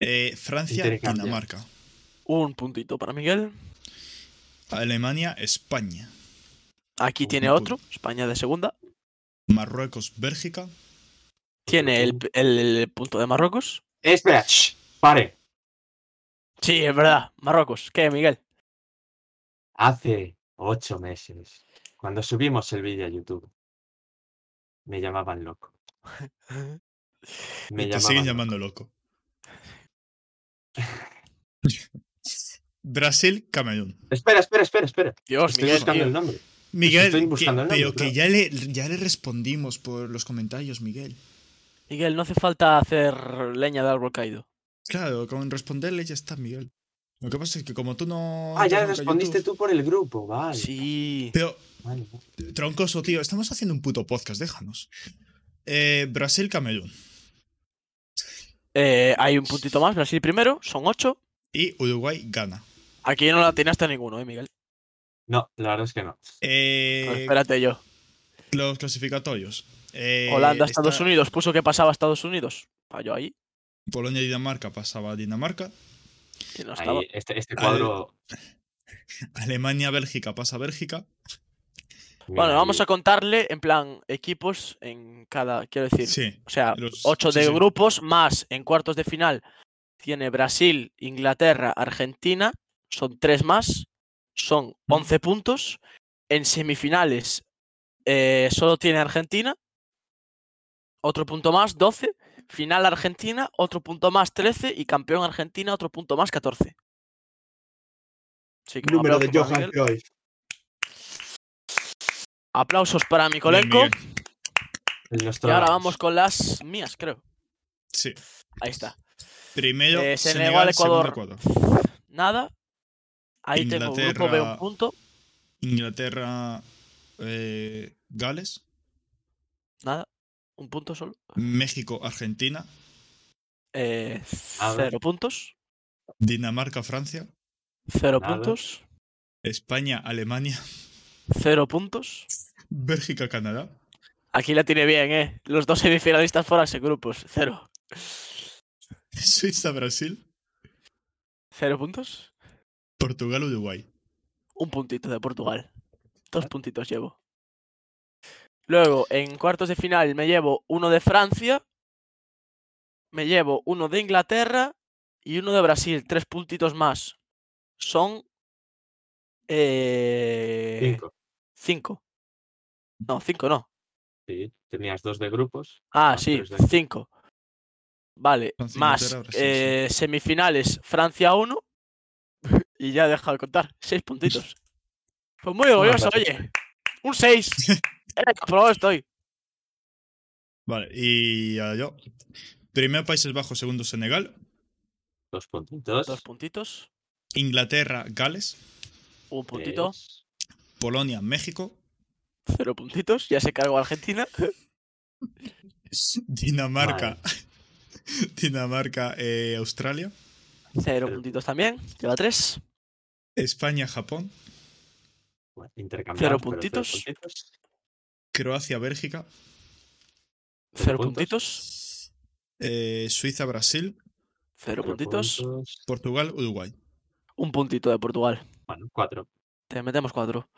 Eh, Francia, Intercambio. Dinamarca. Un puntito para Miguel. Alemania, España. Aquí Un tiene punto. otro, España de segunda. Marruecos, Bélgica. Tiene el, punto. el- el punto de Marruecos. Espera, shh, pare. Sí, es verdad. Marruecos. ¿Qué, Miguel? Hace ocho meses, cuando subimos el vídeo a YouTube, me llamaban loco. Me y te siguen llamaban llamando loco. Brasil, Camerún. loco. Espera, espera, espera, espera. Dios, Estoy Pues Miguel. buscando tío. el nombre. Miguel, Pues Estoy que- buscando el nombre, pero que claro. ya le, ya le respondimos por los comentarios, Miguel. Miguel, no hace falta hacer leña de árbol caído. Claro, con responderle ya está, Miguel. Lo que pasa es que como tú no... Ah, entras ya nunca a respondiste YouTube- tú por el grupo, vale. Sí. Pero, vale, vale. troncoso, tío, estamos haciendo un puto podcast, déjanos. Eh, Brasil, Camerún. Eh, hay un puntito más. Brasil primero. Son ocho. Y Uruguay, Ghana. Ah, Aquí no la tiene hasta ninguno, ¿eh, Miguel? No, la verdad es que no. Eh, Espérate yo. los clasificatorios. Eh, Holanda, está- Estados Unidos. Puso que pasaba a Estados Unidos. Falló Ah, ahí. Polonia y Dinamarca pasaba a Dinamarca. Que no Ahí, estaba. este, este Ahí. cuadro. Alemania, Bélgica pasa a Bélgica. mira, Bueno, vamos ahí- a contarle en plan equipos en cada, quiero decir, Sí. o sea, los- ocho sí, de sí. grupos más en cuartos de final tiene Brasil, Inglaterra, Argentina, son tres más, son 11 puntos. En semifinales eh, solo tiene Argentina, otro punto más, 12. Final Argentina, otro punto más, 13. Y campeón Argentina, otro punto más, 14. Así que un Número de aplauso para Johan Miguel. Cruyff. Aplausos para Bien, Mikolenko. Miguel. el Y Nostradamus. ahora vamos con las mías, creo. Sí. Ahí está. Primero, Eh, Senegal, Senegal, segundo Ecuador. Nada. Ahí tengo grupo B Inglaterra- un punto. Inglaterra, eh, Gales. Nada. Un punto solo. México, Argentina. Eh, A ver. cero puntos. Dinamarca, Francia. Cero Nada. puntos. España, Alemania. Cero puntos. Bélgica, Canadá. Aquí la tiene bien, ¿eh? Los dos semifinalistas fuera de grupos. Cero. Suiza, Brasil. Cero puntos. Portugal, Uruguay. Un puntito de Portugal. Dos puntitos llevo. Luego, en cuartos de final me llevo uno de Francia. Me llevo uno de Inglaterra y uno de Brasil. Tres puntitos más. Son. eh, Cinco. cinco. No, cinco no. Sí, tenías dos de grupos. Ah, más sí, tres de- cinco. Vale, Francia, más Inglaterra, Brasil, sí. eh, semifinales Francia 1 y ya he dejado de contar, seis puntitos. Pues muy orgulloso, aplauso. oye. Un 6. Aprobado estoy. Vale, y ahora yo. Primero, Países Bajos. Segundo, Senegal. Dos puntitos. Dos puntitos, Inglaterra, Gales. un puntito, tres. Polonia, México. cero puntitos, ya se cargó a Argentina. Dinamarca. Dinamarca, eh, Australia. Cero puntitos también, lleva tres. España, Japón. Bueno, intercambiados, pero puntitos. puntitos. Croacia, Bélgica. Cero puntos. puntitos, eh, Suiza, Brasil. Cuatro cero puntitos, puntos. Portugal, Uruguay. un puntito de Portugal. Bueno, cuatro. Te metemos cuatro.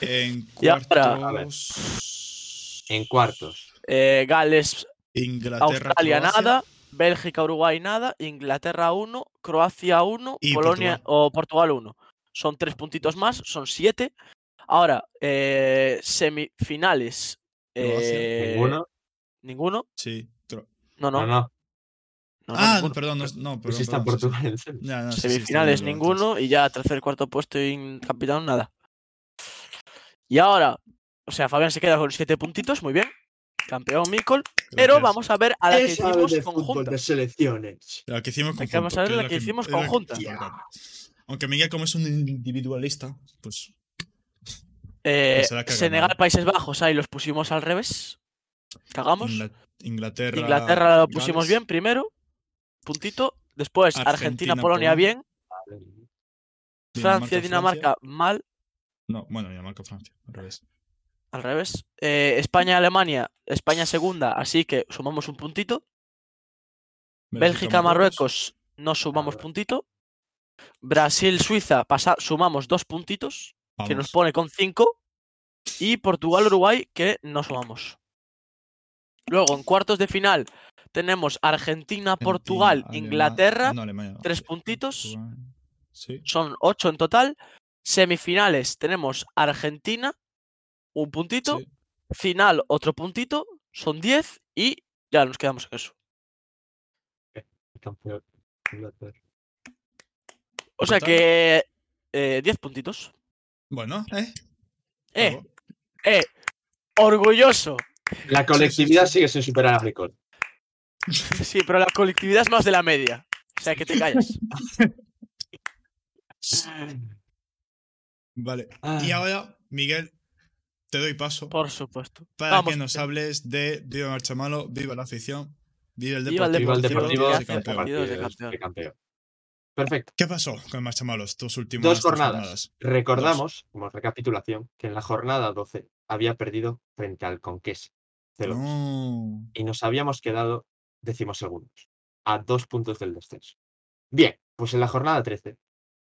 En Y ahora- ver. A cuartos. En cuartos. Eh, Gales, Inglaterra, Australia Croacia. nada, Bélgica, Uruguay nada, Inglaterra 1, Croacia 1, Y Polonia o Portugal 1. Son tres puntitos más, son siete. Ahora, eh, semifinales. Croacia, eh, Ninguno. Ninguno. Sí. Cro- No, no. No, no. no, no, ah, ninguno. perdón, no, no, Pues perdón. está perdón, sí, sí. Portugal en semis. Ya, no, sí, sí, está Semifinales bien, perdón, ninguno y ya tercer, cuarto puesto y capitán nada. Y ahora, o sea, Fabián se queda con siete puntitos, muy bien. Campeón Mikol. entonces, Pero gracias. vamos a ver a la que ¿Qué sabe hicimos de fútbol conjunta. de selecciones? La que hicimos Hay que conjunta. vamos a ver es la que hicimos es la conjunta. importante. Aunque Miguel, como es un individualista, pues Eh, será que ha Senegal, ganado. Países Bajos, ahí los pusimos al revés. Cagamos. Inglaterra, Ingla- Inglaterra. lo pusimos Gales. bien primero. Puntito. Después Argentina, Argentina, Polonia, Polonia, bien. Francia, Dinamarca, mal. No, bueno, Dinamarca, Francia. Al revés. Al revés. Eh, España, Alemania. España segunda, así que sumamos un puntito. Bélgica, Marruecos, no sumamos Nada. puntito. Brasil, Suiza, pasa- sumamos dos puntitos, que Vamos. nos pone con cinco. Y Portugal, Uruguay, que no sumamos. Luego, en cuartos de final, tenemos Argentina, Portugal, Argentina, Inglaterra, Alema- ah, no, Alemania. tres puntitos, Portugal. Sí. son ocho en total. Semifinales tenemos Argentina, un puntito. sí. Final, otro puntito, son diez y ya nos quedamos en eso. Campeón. Inglaterra. O sea Total. que eh, 10 puntitos. Bueno, ¿eh? Eh, Bravo. eh, orgulloso. La colectividad sigue sin superar a Ricol. Sí, pero la colectividad es más de la media. O sea que te callas. Vale. Y ahora, Miguel, te doy paso Ah. Por supuesto. para vamos, que nos Miguel. hables de Viva Marchamalo, viva la afición, viva el Viva deportivo. Viva el el Deportivo, Deportivo. viva gracias, ese este campeón. partido Deportivo. partidos de es campeón. de campeón. Perfecto. ¿Qué pasó con Marchamalos estos últimos Dos jornadas. Recordamos, como recapitulación, que en la jornada 12 había perdido frente al Conqués. 0-2, No. Y nos habíamos quedado decimosegundos. a dos puntos del descenso. Bien, pues en la jornada 13,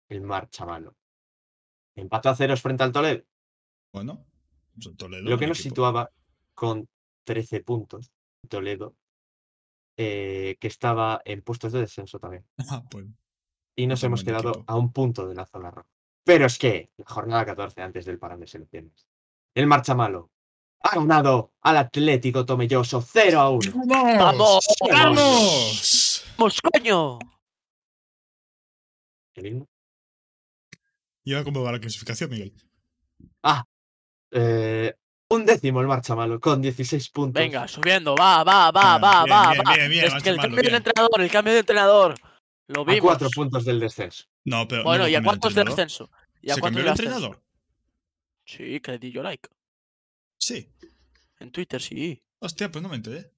el Marchamano. Empató a ceros frente al Toledo, Bueno, pues Toledo, lo que un nos equipo. situaba con 13 puntos, Toledo, eh, que estaba en puestos de descenso también. Ah, pues, Y nos Otro hemos buen quedado equipo. a un punto de la zona roja. Pero es que la jornada 14 antes del parón de selecciones. El Marchamalo ha ganado al Atlético Tomelloso 0 a 1. ¡Vamos! ¡Vamos! ¡Vamos, coño! El himno. Y ahora cómo va la clasificación, Miguel. Eh, un décimo el Marchamalo con 16 puntos. Venga, subiendo, va, va, va, Bien, va, bien, va. bien, va. bien, bien, es que el Marchamalo, cambio bien. del entrenador, el cambio de entrenador. Lo a vimos. cuatro puntos del descenso. No, pero. Bueno, no ¿y a cambió de cuántos del entrenador. ascenso? ¿Y a ¿Se cuántos cambió el del ascenso? entrenador? Sí, que le di yo like. Sí. En Twitter, sí. Hostia, pues no me enteré.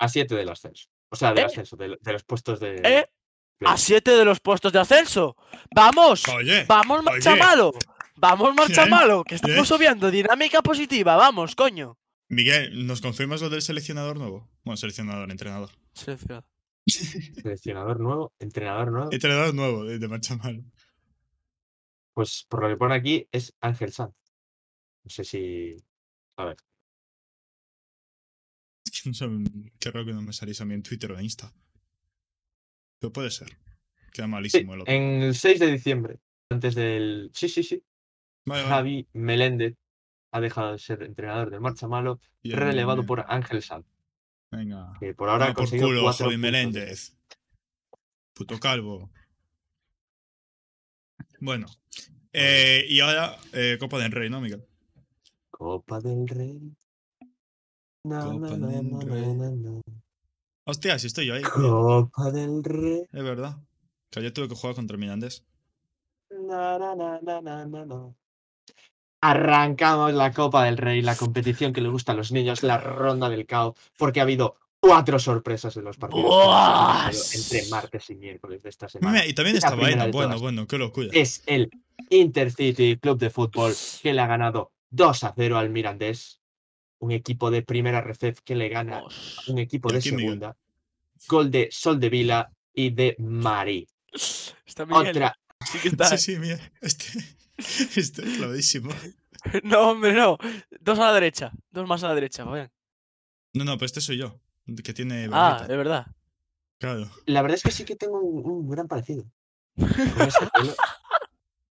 A 7 del ascenso. O sea, del ¿Eh? ascenso, del- de, los puestos de. ¿Eh? play. A siete de los puestos de ascenso. ¡Vamos! Oye. ¡Vamos, oye. Marchamalo! ¡Vamos, Marchamalo! Que bien. estamos subiendo. Dinámica positiva, vamos, coño. Miguel, ¿nos confirmas lo del seleccionador nuevo? Bueno, seleccionador, entrenador. Seleccionado. Seleccionador nuevo, entrenador nuevo. Entrenador nuevo eh, de, de Marchamalo. Pues por lo que pone aquí es Ángel Sanz. No sé si. A ver. No sé, Qué raro que no me salís a mí en Twitter o en Insta. Pero puede ser. Queda Sí, eh, malísimo el otro. en el 6 de diciembre, antes del. Sí, sí, sí. Vale, vale. Javi Meléndez ha dejado de ser entrenador del Marchamalo, Bien, relevado bien, por Ángel Sanz, bien. Venga. que por ahora Toma ha Ah, por conseguido culo, cuatro Javi puntos. Meléndez. Puto calvo. Bueno. eh, y ahora, eh, Copa del Rey, ¿no, Miguel? Copa del Rey. Na, Copa na, na, del na, na, Rey. na, na. Hostia, si estoy yo ahí. coño. Copa del Rey. Es verdad. Que ayer tuve que jugar contra Mirandés. Na, na, na, na, na, na, na. Arrancamos la Copa del Rey, la competición que le gusta a los niños, la ronda del caos, porque ha habido cuatro sorpresas en los partidos que nos han Buah. tocado entre martes y miércoles de esta semana. Mira, y también La esta primera vaina. de Bueno, todas. bueno, qué locura. Es el Intercity Club de Fútbol que le ha ganado 2 a 0 al Mirandés, un equipo de primera recef que le gana Vamos. un equipo ¿Y de aquí, Miguel? segunda. Gol de Sol de Vila y de Marí. Está Miguel. Otra Sí que está. Sí, ¿eh? sí, mira. Este, este es clavísimo. No, hombre, no. Dos a la derecha. Dos más a la derecha, Fabián. No, no, pero este soy yo. Que tiene. Ah, barbita. eh, de verdad. Claro. La verdad es que sí que tengo un, un gran parecido. Con ese pelo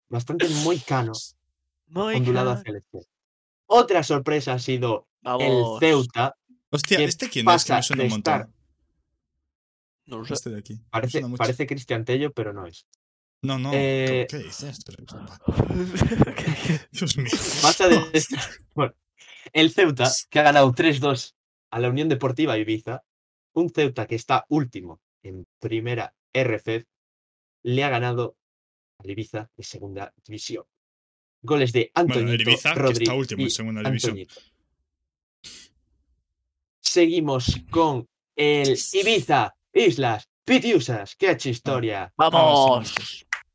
bastante muy cano, Muy ondulado claro. hacia el izquierda. Otra sorpresa ha sido Vamos. el Ceuta. Hostia, ¿Qué ¿este quién es? Que me pasa suena de un montón. estar- No lo sé. Este de aquí. Me Parece, suena mucho. parece Cristian Tello, pero no es. No, no. eh, ¿Qué dices? Este Pero- ¿Qué- Dios mío. Pasa de estar- Bueno, el Ceuta, que ha ganado 3-2 a la Unión Deportiva Ibiza. Un Ceuta que está último en primera RF, le ha ganado al Ibiza de segunda división. Goles de Antonio Bueno, el Ibiza, que está último en y segunda división. Antoñito. Seguimos con el Ibiza, Islas, Pitiusas, que ha hecho historia. Vamos.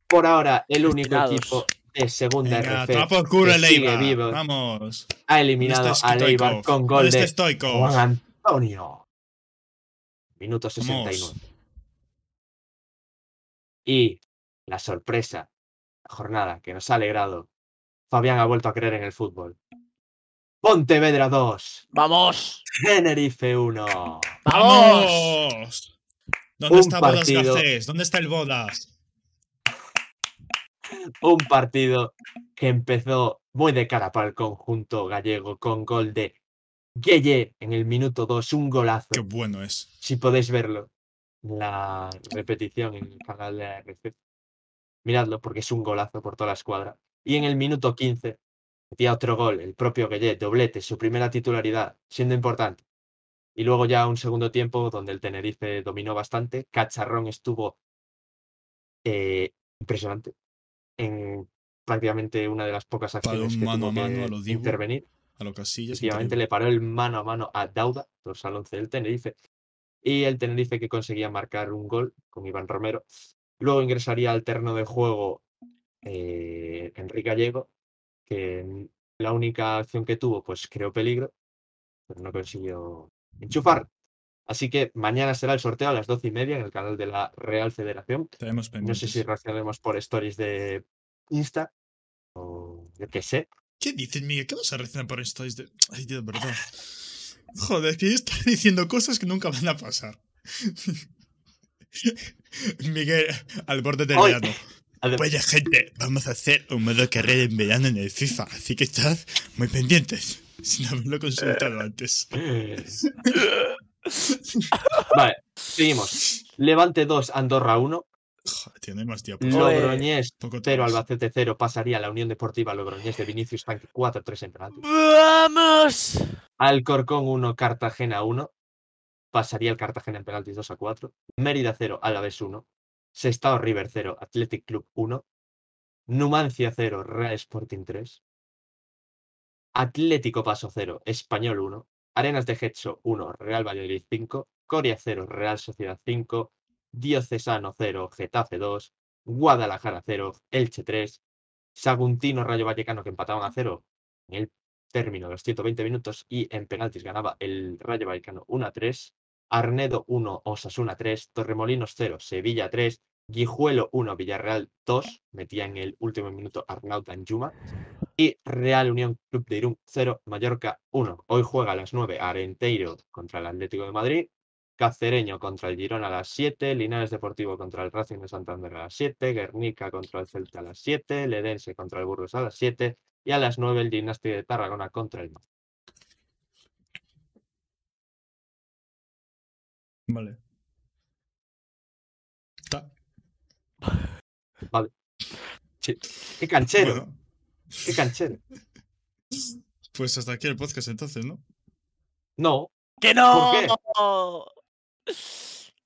Por ahora, el único Destinados. equipo de segunda Venga, RF toma por culo que el sigue Eibar. vivo. Vamos. este ha eliminado ¿Dónde está a Leibar Stoichkov? con gol ¿Dónde de está Stoichkov? Juan Antonio. Minuto 69. Vamos. Y la sorpresa, la jornada que nos ha alegrado. Fabián ha vuelto a creer en el fútbol. Pontevedra 2, Vamos. Tenerife 1. Vamos. ¡Vamos! ¿Dónde Un está Bodas partido. Garcés? ¿Dónde está el Bodas? Un partido que empezó muy de cara para el conjunto gallego con gol de Gueye en el minuto 2, un golazo. Qué bueno es. si podéis verlo, la repetición en el canal de ARC, miradlo porque es un golazo por toda la escuadra. Y en el minuto 15 metía otro gol, el propio Gueye, doblete, su primera titularidad, siendo importante. Y luego ya un segundo tiempo donde el Tenerife dominó bastante, Cacharrón estuvo eh, impresionante en prácticamente una de las pocas Paró acciones un que mano a tuvo que mano a lo Dibu. intervenir. A lo Casillas. Efectivamente, increíble. le paró el mano a mano a Dauda, dorsal 11 del Tenerife, y el Tenerife que conseguía marcar un gol con Iván Romero. Luego ingresaría al terreno de juego eh, Enrique Gallego, que en la única acción que tuvo, pues creó peligro, pero no consiguió enchufar. Así que mañana será el sorteo a las doce y media en el canal de la Real Federación. Tenemos No pendientes. sé si reaccionaremos por stories de Insta o yo qué sé. ¿Qué dices, Miguel? ¿Qué vas a reaccionar por esto? Es de- Ay, Dios, verdad. Joder, que yo estoy diciendo cosas que nunca van a pasar. Miguel, al borde del Hoy. verano. A ver, Oye, gente, vamos a hacer un modo carrera en verano en el FIFA, así que estad muy pendientes, sin haberlo consultado Eh. antes. Vale, seguimos. Levante 2, Andorra 1. Joder, tío, no hay más tiempo. Oye. Logroñés Poco 0, tenemos. Albacete 0. Pasaría la Unión Deportiva Logroñés de Vinicius Tanque 4-3 en penalti. ¡Vamos! Alcorcón 1, Cartagena 1. Pasaría el Cartagena en penaltis 2 a 4. Mérida 0, Alavés 1. Sestao River 0, Athletic Club 1. Numancia 0, Real Sporting 3. Atlético Paso 0, Español 1. Arenas de Getxo 1, Real Valladolid 5. Coria 0, Real Sociedad 5. Diocesano 0, Getafe 2. Guadalajara 0, Elche 3. Saguntino Rayo Vallecano que empataban a 0 en el término de los 120 minutos y en penaltis ganaba el Rayo Vallecano 1 a 3, Arnedo 1, Osasuna 3, Torremolinos 0, Sevilla 3, Guijuelo 1, Villarreal 2, metía en el último minuto Arnaud Danjuma y Real Unión Club de Irún 0, Mallorca 1. Hoy juega a las 9 Arenteiro contra el Atlético de Madrid, Cacereño contra el Girón a las 7, Linares Deportivo contra el Racing de Santander a las 7, Guernica contra el Celta a las 7, Ledense contra el Burgos a las 7, y a las 9 el Gimnasio de Tarragona contra el Madrid. Vale. Ta- ¡Qué canchero! Bueno, ¡Qué canchero! pues hasta aquí el podcast entonces, ¿no? No, ¡Que qué? no!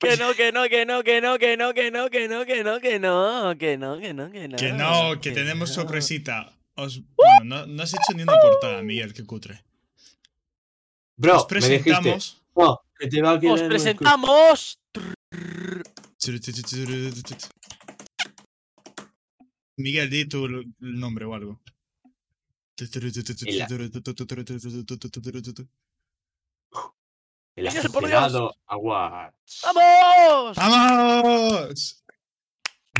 Que no, que no, que no, que no, que no, que no, que no, que no, que no, que no, que no, que no. Que no, que tenemos no. sorpresita. Os- bueno, no, no has hecho ni una portada, Miguel, qué cutre. bro, Os me dijiste. presentamos. No, que te va a quedar ¡Os muy presentamos! Miguel, di tu l- nombre o algo. la- cool. El Miguel, por aficionado Awards. ¡Vamos! ¡Vamos!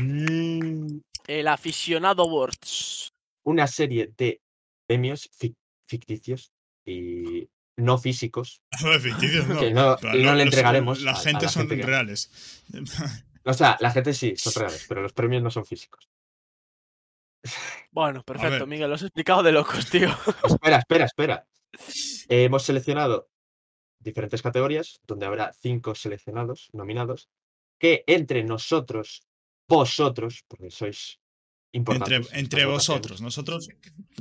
Mm, El aficionado Words. Una serie de premios fic- ficticios y no físicos. No, ficticios, no. que no, Pero y no los- los- le entregaremos. La a- a gente son que- reales. O sea, la gente sí, son reales, pero los premios no son físicos. Bueno, perfecto, ver. Miguel, lo has explicado de locos, tío. Espera, espera, espera. Eh, hemos seleccionado diferentes categorías, donde habrá cinco seleccionados, nominados, que entre nosotros, vosotros, porque sois importantes. Entre, en entre las votaciones, vosotros. Nosotros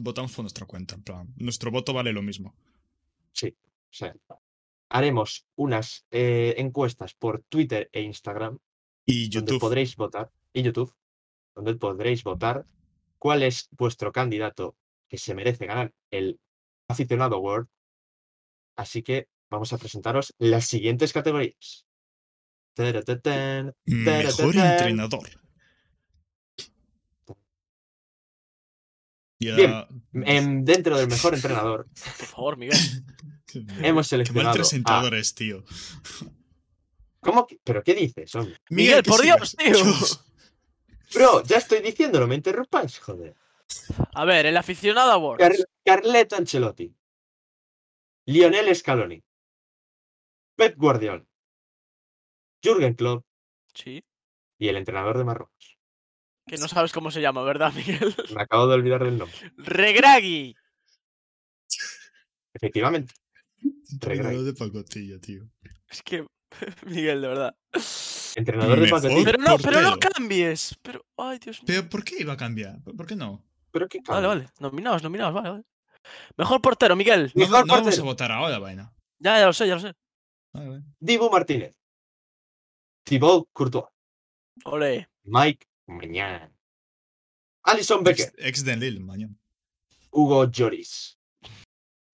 votamos por nuestra cuenta. en plan, nuestro voto vale lo mismo. o sea, haremos unas eh, encuestas por Twitter e Instagram, Y donde YouTube. podréis votar, y YouTube, donde podréis votar cuál es vuestro candidato que se merece ganar el aficionado award. Así que vamos a presentaros las siguientes categorías. Taratatán, Mejor Taratatán. entrenador. Y Bien. ahora- em, dentro del mejor entrenador Por favor, Miguel. hemos Qué mal seleccionado. a- presentadores, tío. ¿Cómo que- ¿Pero qué dices, hombre? Miguel, que por sigas. Dios, tío. Dios. Bro, ya estoy diciéndolo, me interrumpáis, joder. A ver, el aficionado Car- Words. Carleto Ancelotti. Lionel Scaloni. Pep Guardiola. Jürgen Klopp Sí. y el entrenador de Marruecos. Que no sabes cómo se llama, ¿verdad, Miguel? Me acabo de olvidar del nombre. Regragui. Efectivamente. Regragui. Entrenador de pacotilla, tío. Es que, Miguel, de verdad. Entrenador de Mejor. Pacotilla. Pero no, pero no portero. cambies. Pero, ay, Dios mío. Pero ¿por qué iba a cambiar? ¿Por qué no? Pero qué Vale, cambio. vale. Nominados, nominados, vale, vale. Mejor portero, Miguel. No, Mejor no vamos a portero. votar ahora, vaina. Ya, ya lo sé, ya lo sé. Vale, vale. Dibu Martínez. Thibaut Courtois. Ole. Mike Mañana. Alison Ex, Becker. ex de Lille, mañana. Hugo Lloris.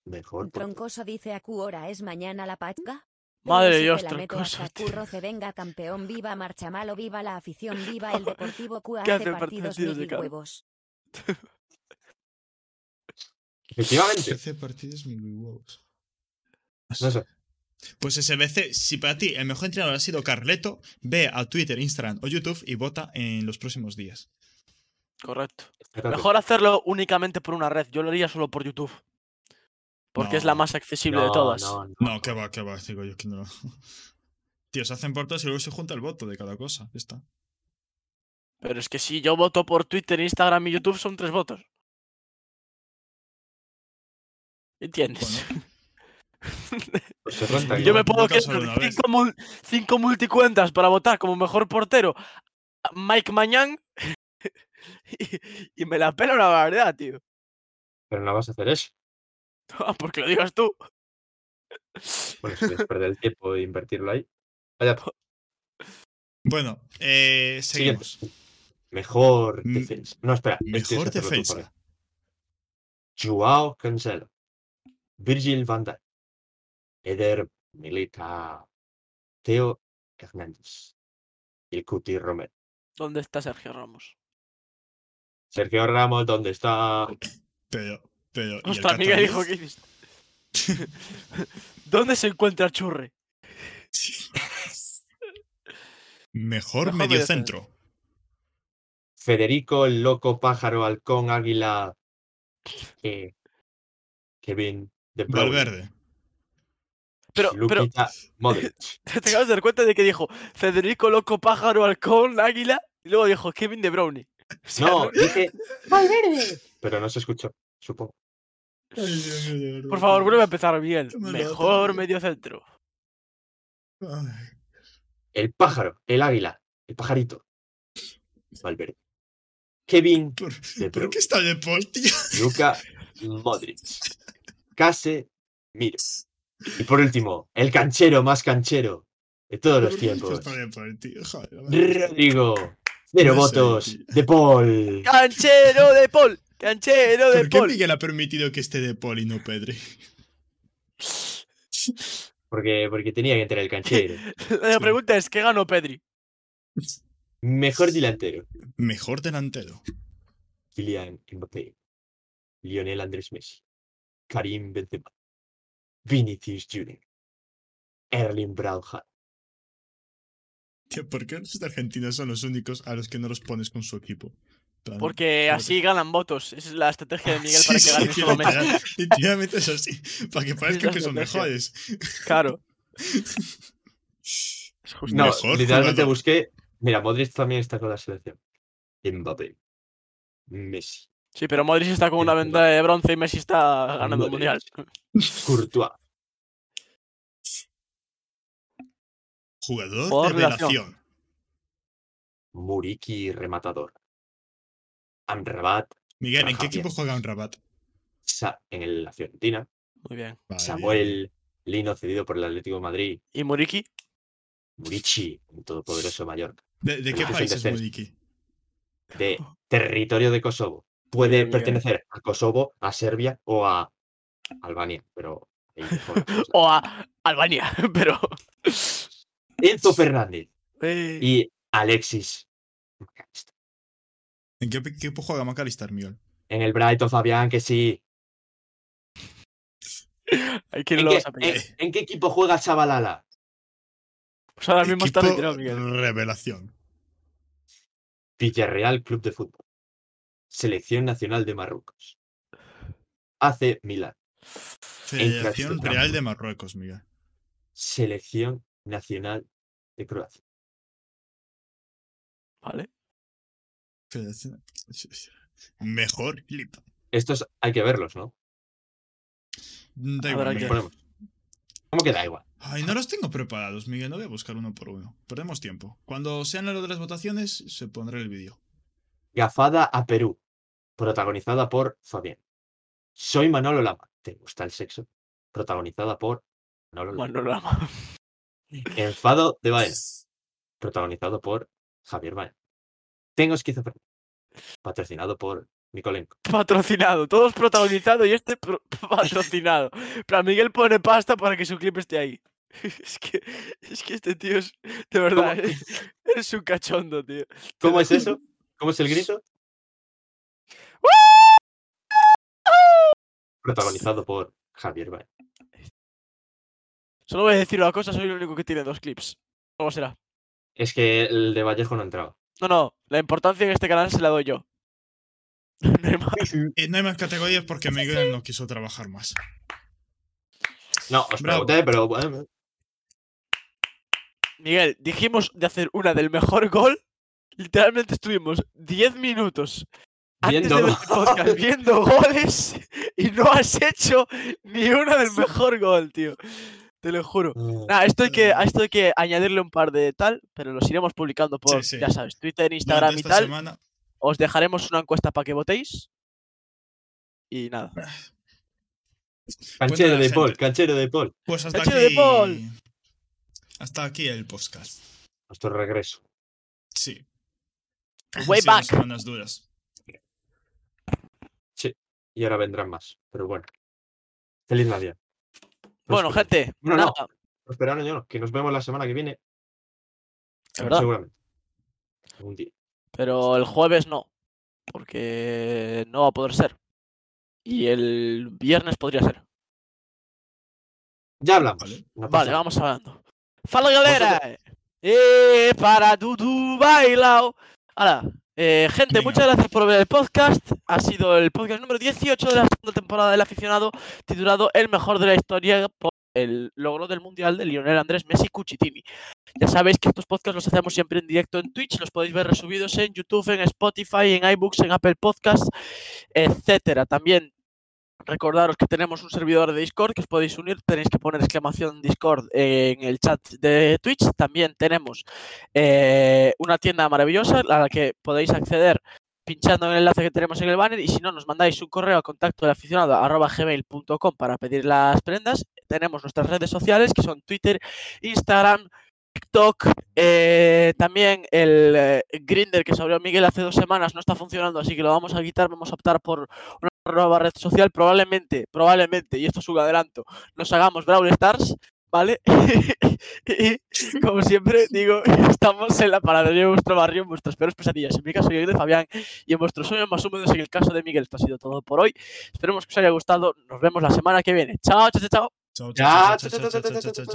Mejor portero. Troncoso dice a Q hora es mañana la pachga. Madre de Pero Dios, sí que la meto Troncoso, hasta tío. Curro se venga campeón, viva marcha malo, viva la afición, viva el deportivo Q ¿Qué hace hace partidos partidos de mil cada- huevos. Efectivamente. 13 partidos, mil huevos. No sé. Pues SBC, si para ti el mejor entrenador ha sido Carleto, ve a Twitter, Instagram o YouTube y vota en los próximos días. Correcto. Espérate. Mejor hacerlo únicamente por una red. Yo lo haría solo por YouTube. Porque es la No, más accesible de No, todas. no, no. No, que va, que va, digo yo que no. Tío, se hacen por todas y luego se junta el voto de cada cosa. Ya está. Pero es que si yo voto por Twitter, Instagram y YouTube son tres votos. ¿Entiendes? Pues se renta, Bueno, yo me vota puedo solo una quedar vez. cinco, mul- cinco multicuentas para votar como mejor portero a Mike Mañán y, y me la pela una barbaridad, tío. Pero no vas a hacer eso. Porque lo digas tú. Bueno, si quieres perder el tiempo e invertirlo ahí. Vaya, Bueno, eh, seguimos. mejor Mm, defensa. No, espera. este es Mejor hacerlo tú, defensa. Jorge. Joao Cancelo. Virgil van Dijk. Eder Milita. Teo Hernández. Y el Cuti Romero. ¿Dónde está Sergio Ramos? Sergio Ramos, ¿dónde está? Pero, pero. ¿y el Nuestra amiga Catañez? dijo que hiciste. ¿Dónde se encuentra Churre? Mejor, Mejor mediocentro. Federico, el loco, pájaro, halcón, águila. que- Kevin De Bruyne, Valverde. Pero, pero Luquita Modric. te acabas de dar cuenta de que dijo Federico Loco Pájaro Halcón Águila y luego dijo Kevin De Brownie. No, dije. Pero no se escuchó, supongo. Por favor, vuelve a empezar, Miguel. Qué maldad, Mejor tío. mediocentro. Ay, El pájaro, el águila, el pajarito. Valverde. Kevin ¿Por, De ¿por Bruyne, qué está de Paul, tío? Luka Modric. Case Miro. Y por último, el canchero más canchero de todos los ¿Por qué tiempos. está de Paul, tío? Joder, vale. Rodrigo. Cero No sé, votos. tío. De Paul. ¡Canchero de Paul! ¡Canchero de ¿Por qué Paul! Miguel ha permitido que esté de Paul y no Pedri? Porque, porque tenía que entrar el canchero. La pregunta es: ¿qué ganó Pedri? Mejor delantero. Mejor delantero. Kylian Mbappé. Lionel Andrés Messi. Karim Benzema. Vinicius Jr. Erling Braut Haaland. Tío, ¿por qué los argentinos son los únicos a los que no los pones con su equipo? En plan, Porque así ganan votos. Esa es la estrategia de Miguel sí, para que sí, gane tío, solo Messi. literal- Literalmente es así. Para que parezcan que son estrategia. mejores. Claro. Es justo. No, Mejor literalmente jugador. busqué. Mira, Modric también está con la selección. Mbappé. Messi. Sí, pero Modric está con una venda de bronce y Messi está ganando el mundial. Modric, Courtois. Jugador Jugador de revelación. relación. Muriki rematador. Amrabat Miguel, ¿en qué Raja, equipo bien. juega un Rabat? Sa- en el Argentina. Muy bien. Vale. Samuel Lino cedido por el Atlético de Madrid. ¿Y Muriki? Murici, un todopoderoso Mallorca. ¿De, de qué Ah, país sí, es sí. Mudiki? De territorio de Kosovo. Puede Miguel. pertenecer a Kosovo, a Serbia o a Albania, pero ahí dejó la cosa. O a Albania, pero. Enzo Fernández Eh, y Alexis. McAllister. ¿En qué equipo juega McAllister, Miguel? En el Brighton, Fabián, que sí. ¿a quién ¿En lo qué, vas a pillar? en- en qué equipo juega Chavalala? Pues ahora mismo está Equipo retirado, Miguel. Revelación. Villarreal Club de Fútbol. Selección Nacional de Marruecos. AC Milán. Federación Francia. Real de Marruecos, Miguel. Selección Nacional de Croacia. Vale. Federación- Mejor clip. Estos hay que verlos, ¿no? Da Habrá igual, que- Los Miguel. ponemos. ¿Cómo que da igual? Ay, no los tengo preparados, Miguel. No voy a buscar uno por uno. Perdemos tiempo. Cuando sean lo de las votaciones, se pondrá el vídeo. Gafada a Perú. Protagonizada por Fabián. Soy Manolo Lama. ¿Te gusta el sexo? Protagonizada por Manolo Lama. Manolo Lama. Enfado de Baena. Protagonizado por Javier Baena. Tengo esquizofrenia. Patrocinado por Nicolenko. Patrocinado. Todos protagonizados y este pro- patrocinado. Pero a Miguel pone pasta para que su clip esté ahí. Es que, es que este tío es. De verdad, ¿Cómo? es- eres un cachondo, tío. ¿Cómo es eso? ¿Cómo es el grito? Protagonizado por Javier Baena. Solo voy a decir una cosa, soy el único que tiene dos clips. ¿Cómo será? Es que el de Vallejo no entraba. No, no, la importancia en este canal se la doy yo. No hay más. Eh, no hay más categorías porque Miguel no quiso trabajar más. No, os Bravo. pregunté, pero eh, Miguel, dijimos de hacer una del mejor gol. Literalmente estuvimos 10 minutos antes de Viendo ver el podcast viendo goles y no has hecho ni una del mejor gol, tío. Te lo juro. eh, Nah, esto hay que, a esto hay que añadirle un par de tal, pero los iremos publicando por, sí. ya sabes, Twitter, Durante Instagram y esta tal. semana. Os dejaremos una encuesta para que votéis. Y nada. canchero de gente. Paul, canchero de Paul. Pues hasta Cacho de aquí. Paul. Hasta aquí el podcast. Nuestro regreso. Sí. Way Han sido back. Semanas duras. Y ahora vendrán más. Pero bueno. Feliz Navidad. pues Bueno, Prospero- gente, No, no. nada. prospero año nuevo, que nos vemos la semana que viene. Es verdad. Seguramente. Algún día. Pero el jueves no. Porque no va a poder ser. Y el viernes podría ser. Ya hablamos. Vale. No pasa Vale, nada. vamos hablando. ¡Fala, galera! Eh, para tu tu bailao. Ahora, eh, gente, Venga. muchas gracias por ver el podcast. Ha sido el podcast número 18 de la segunda temporada del aficionado, titulado El mejor de la historia por el logro del Mundial de Lionel Andrés Messi Cuchitini. Ya sabéis que estos podcasts los hacemos siempre en directo en Twitch, los podéis ver resubidos en YouTube, en Spotify, en iBooks, en Apple Podcasts, etcétera. También Recordaros que tenemos un servidor de Discord que os podéis unir. Tenéis que poner exclamación Discord en el chat de Twitch. También tenemos eh, una tienda maravillosa a la que podéis acceder pinchando en el enlace que tenemos en el banner. Y si no, nos mandáis un correo a contacto del aficionado arroba gmail.com para pedir las prendas. Tenemos nuestras redes sociales que son Twitter, Instagram, TikTok. eh, también el eh, Grinder que se abrió Miguel hace dos semanas no está funcionando, así que lo vamos a quitar. Vamos a optar por una nueva red social, probablemente, probablemente, y esto es un adelanto, nos hagamos Brawl Stars, ¿vale? y como siempre digo, estamos en la paradería de vuestro barrio, en vuestras peores pesadillas. En mi caso, yo soy de Fabián, y en vuestros sueños más húmedos, en el caso de Miguel. Esto ha sido todo por hoy. Esperemos que os haya gustado. Nos vemos la semana que viene. Chao, chao, chao, chao. Chao, Ya, chao, chao, chao, chao, chao, chao, chao, chao, chao.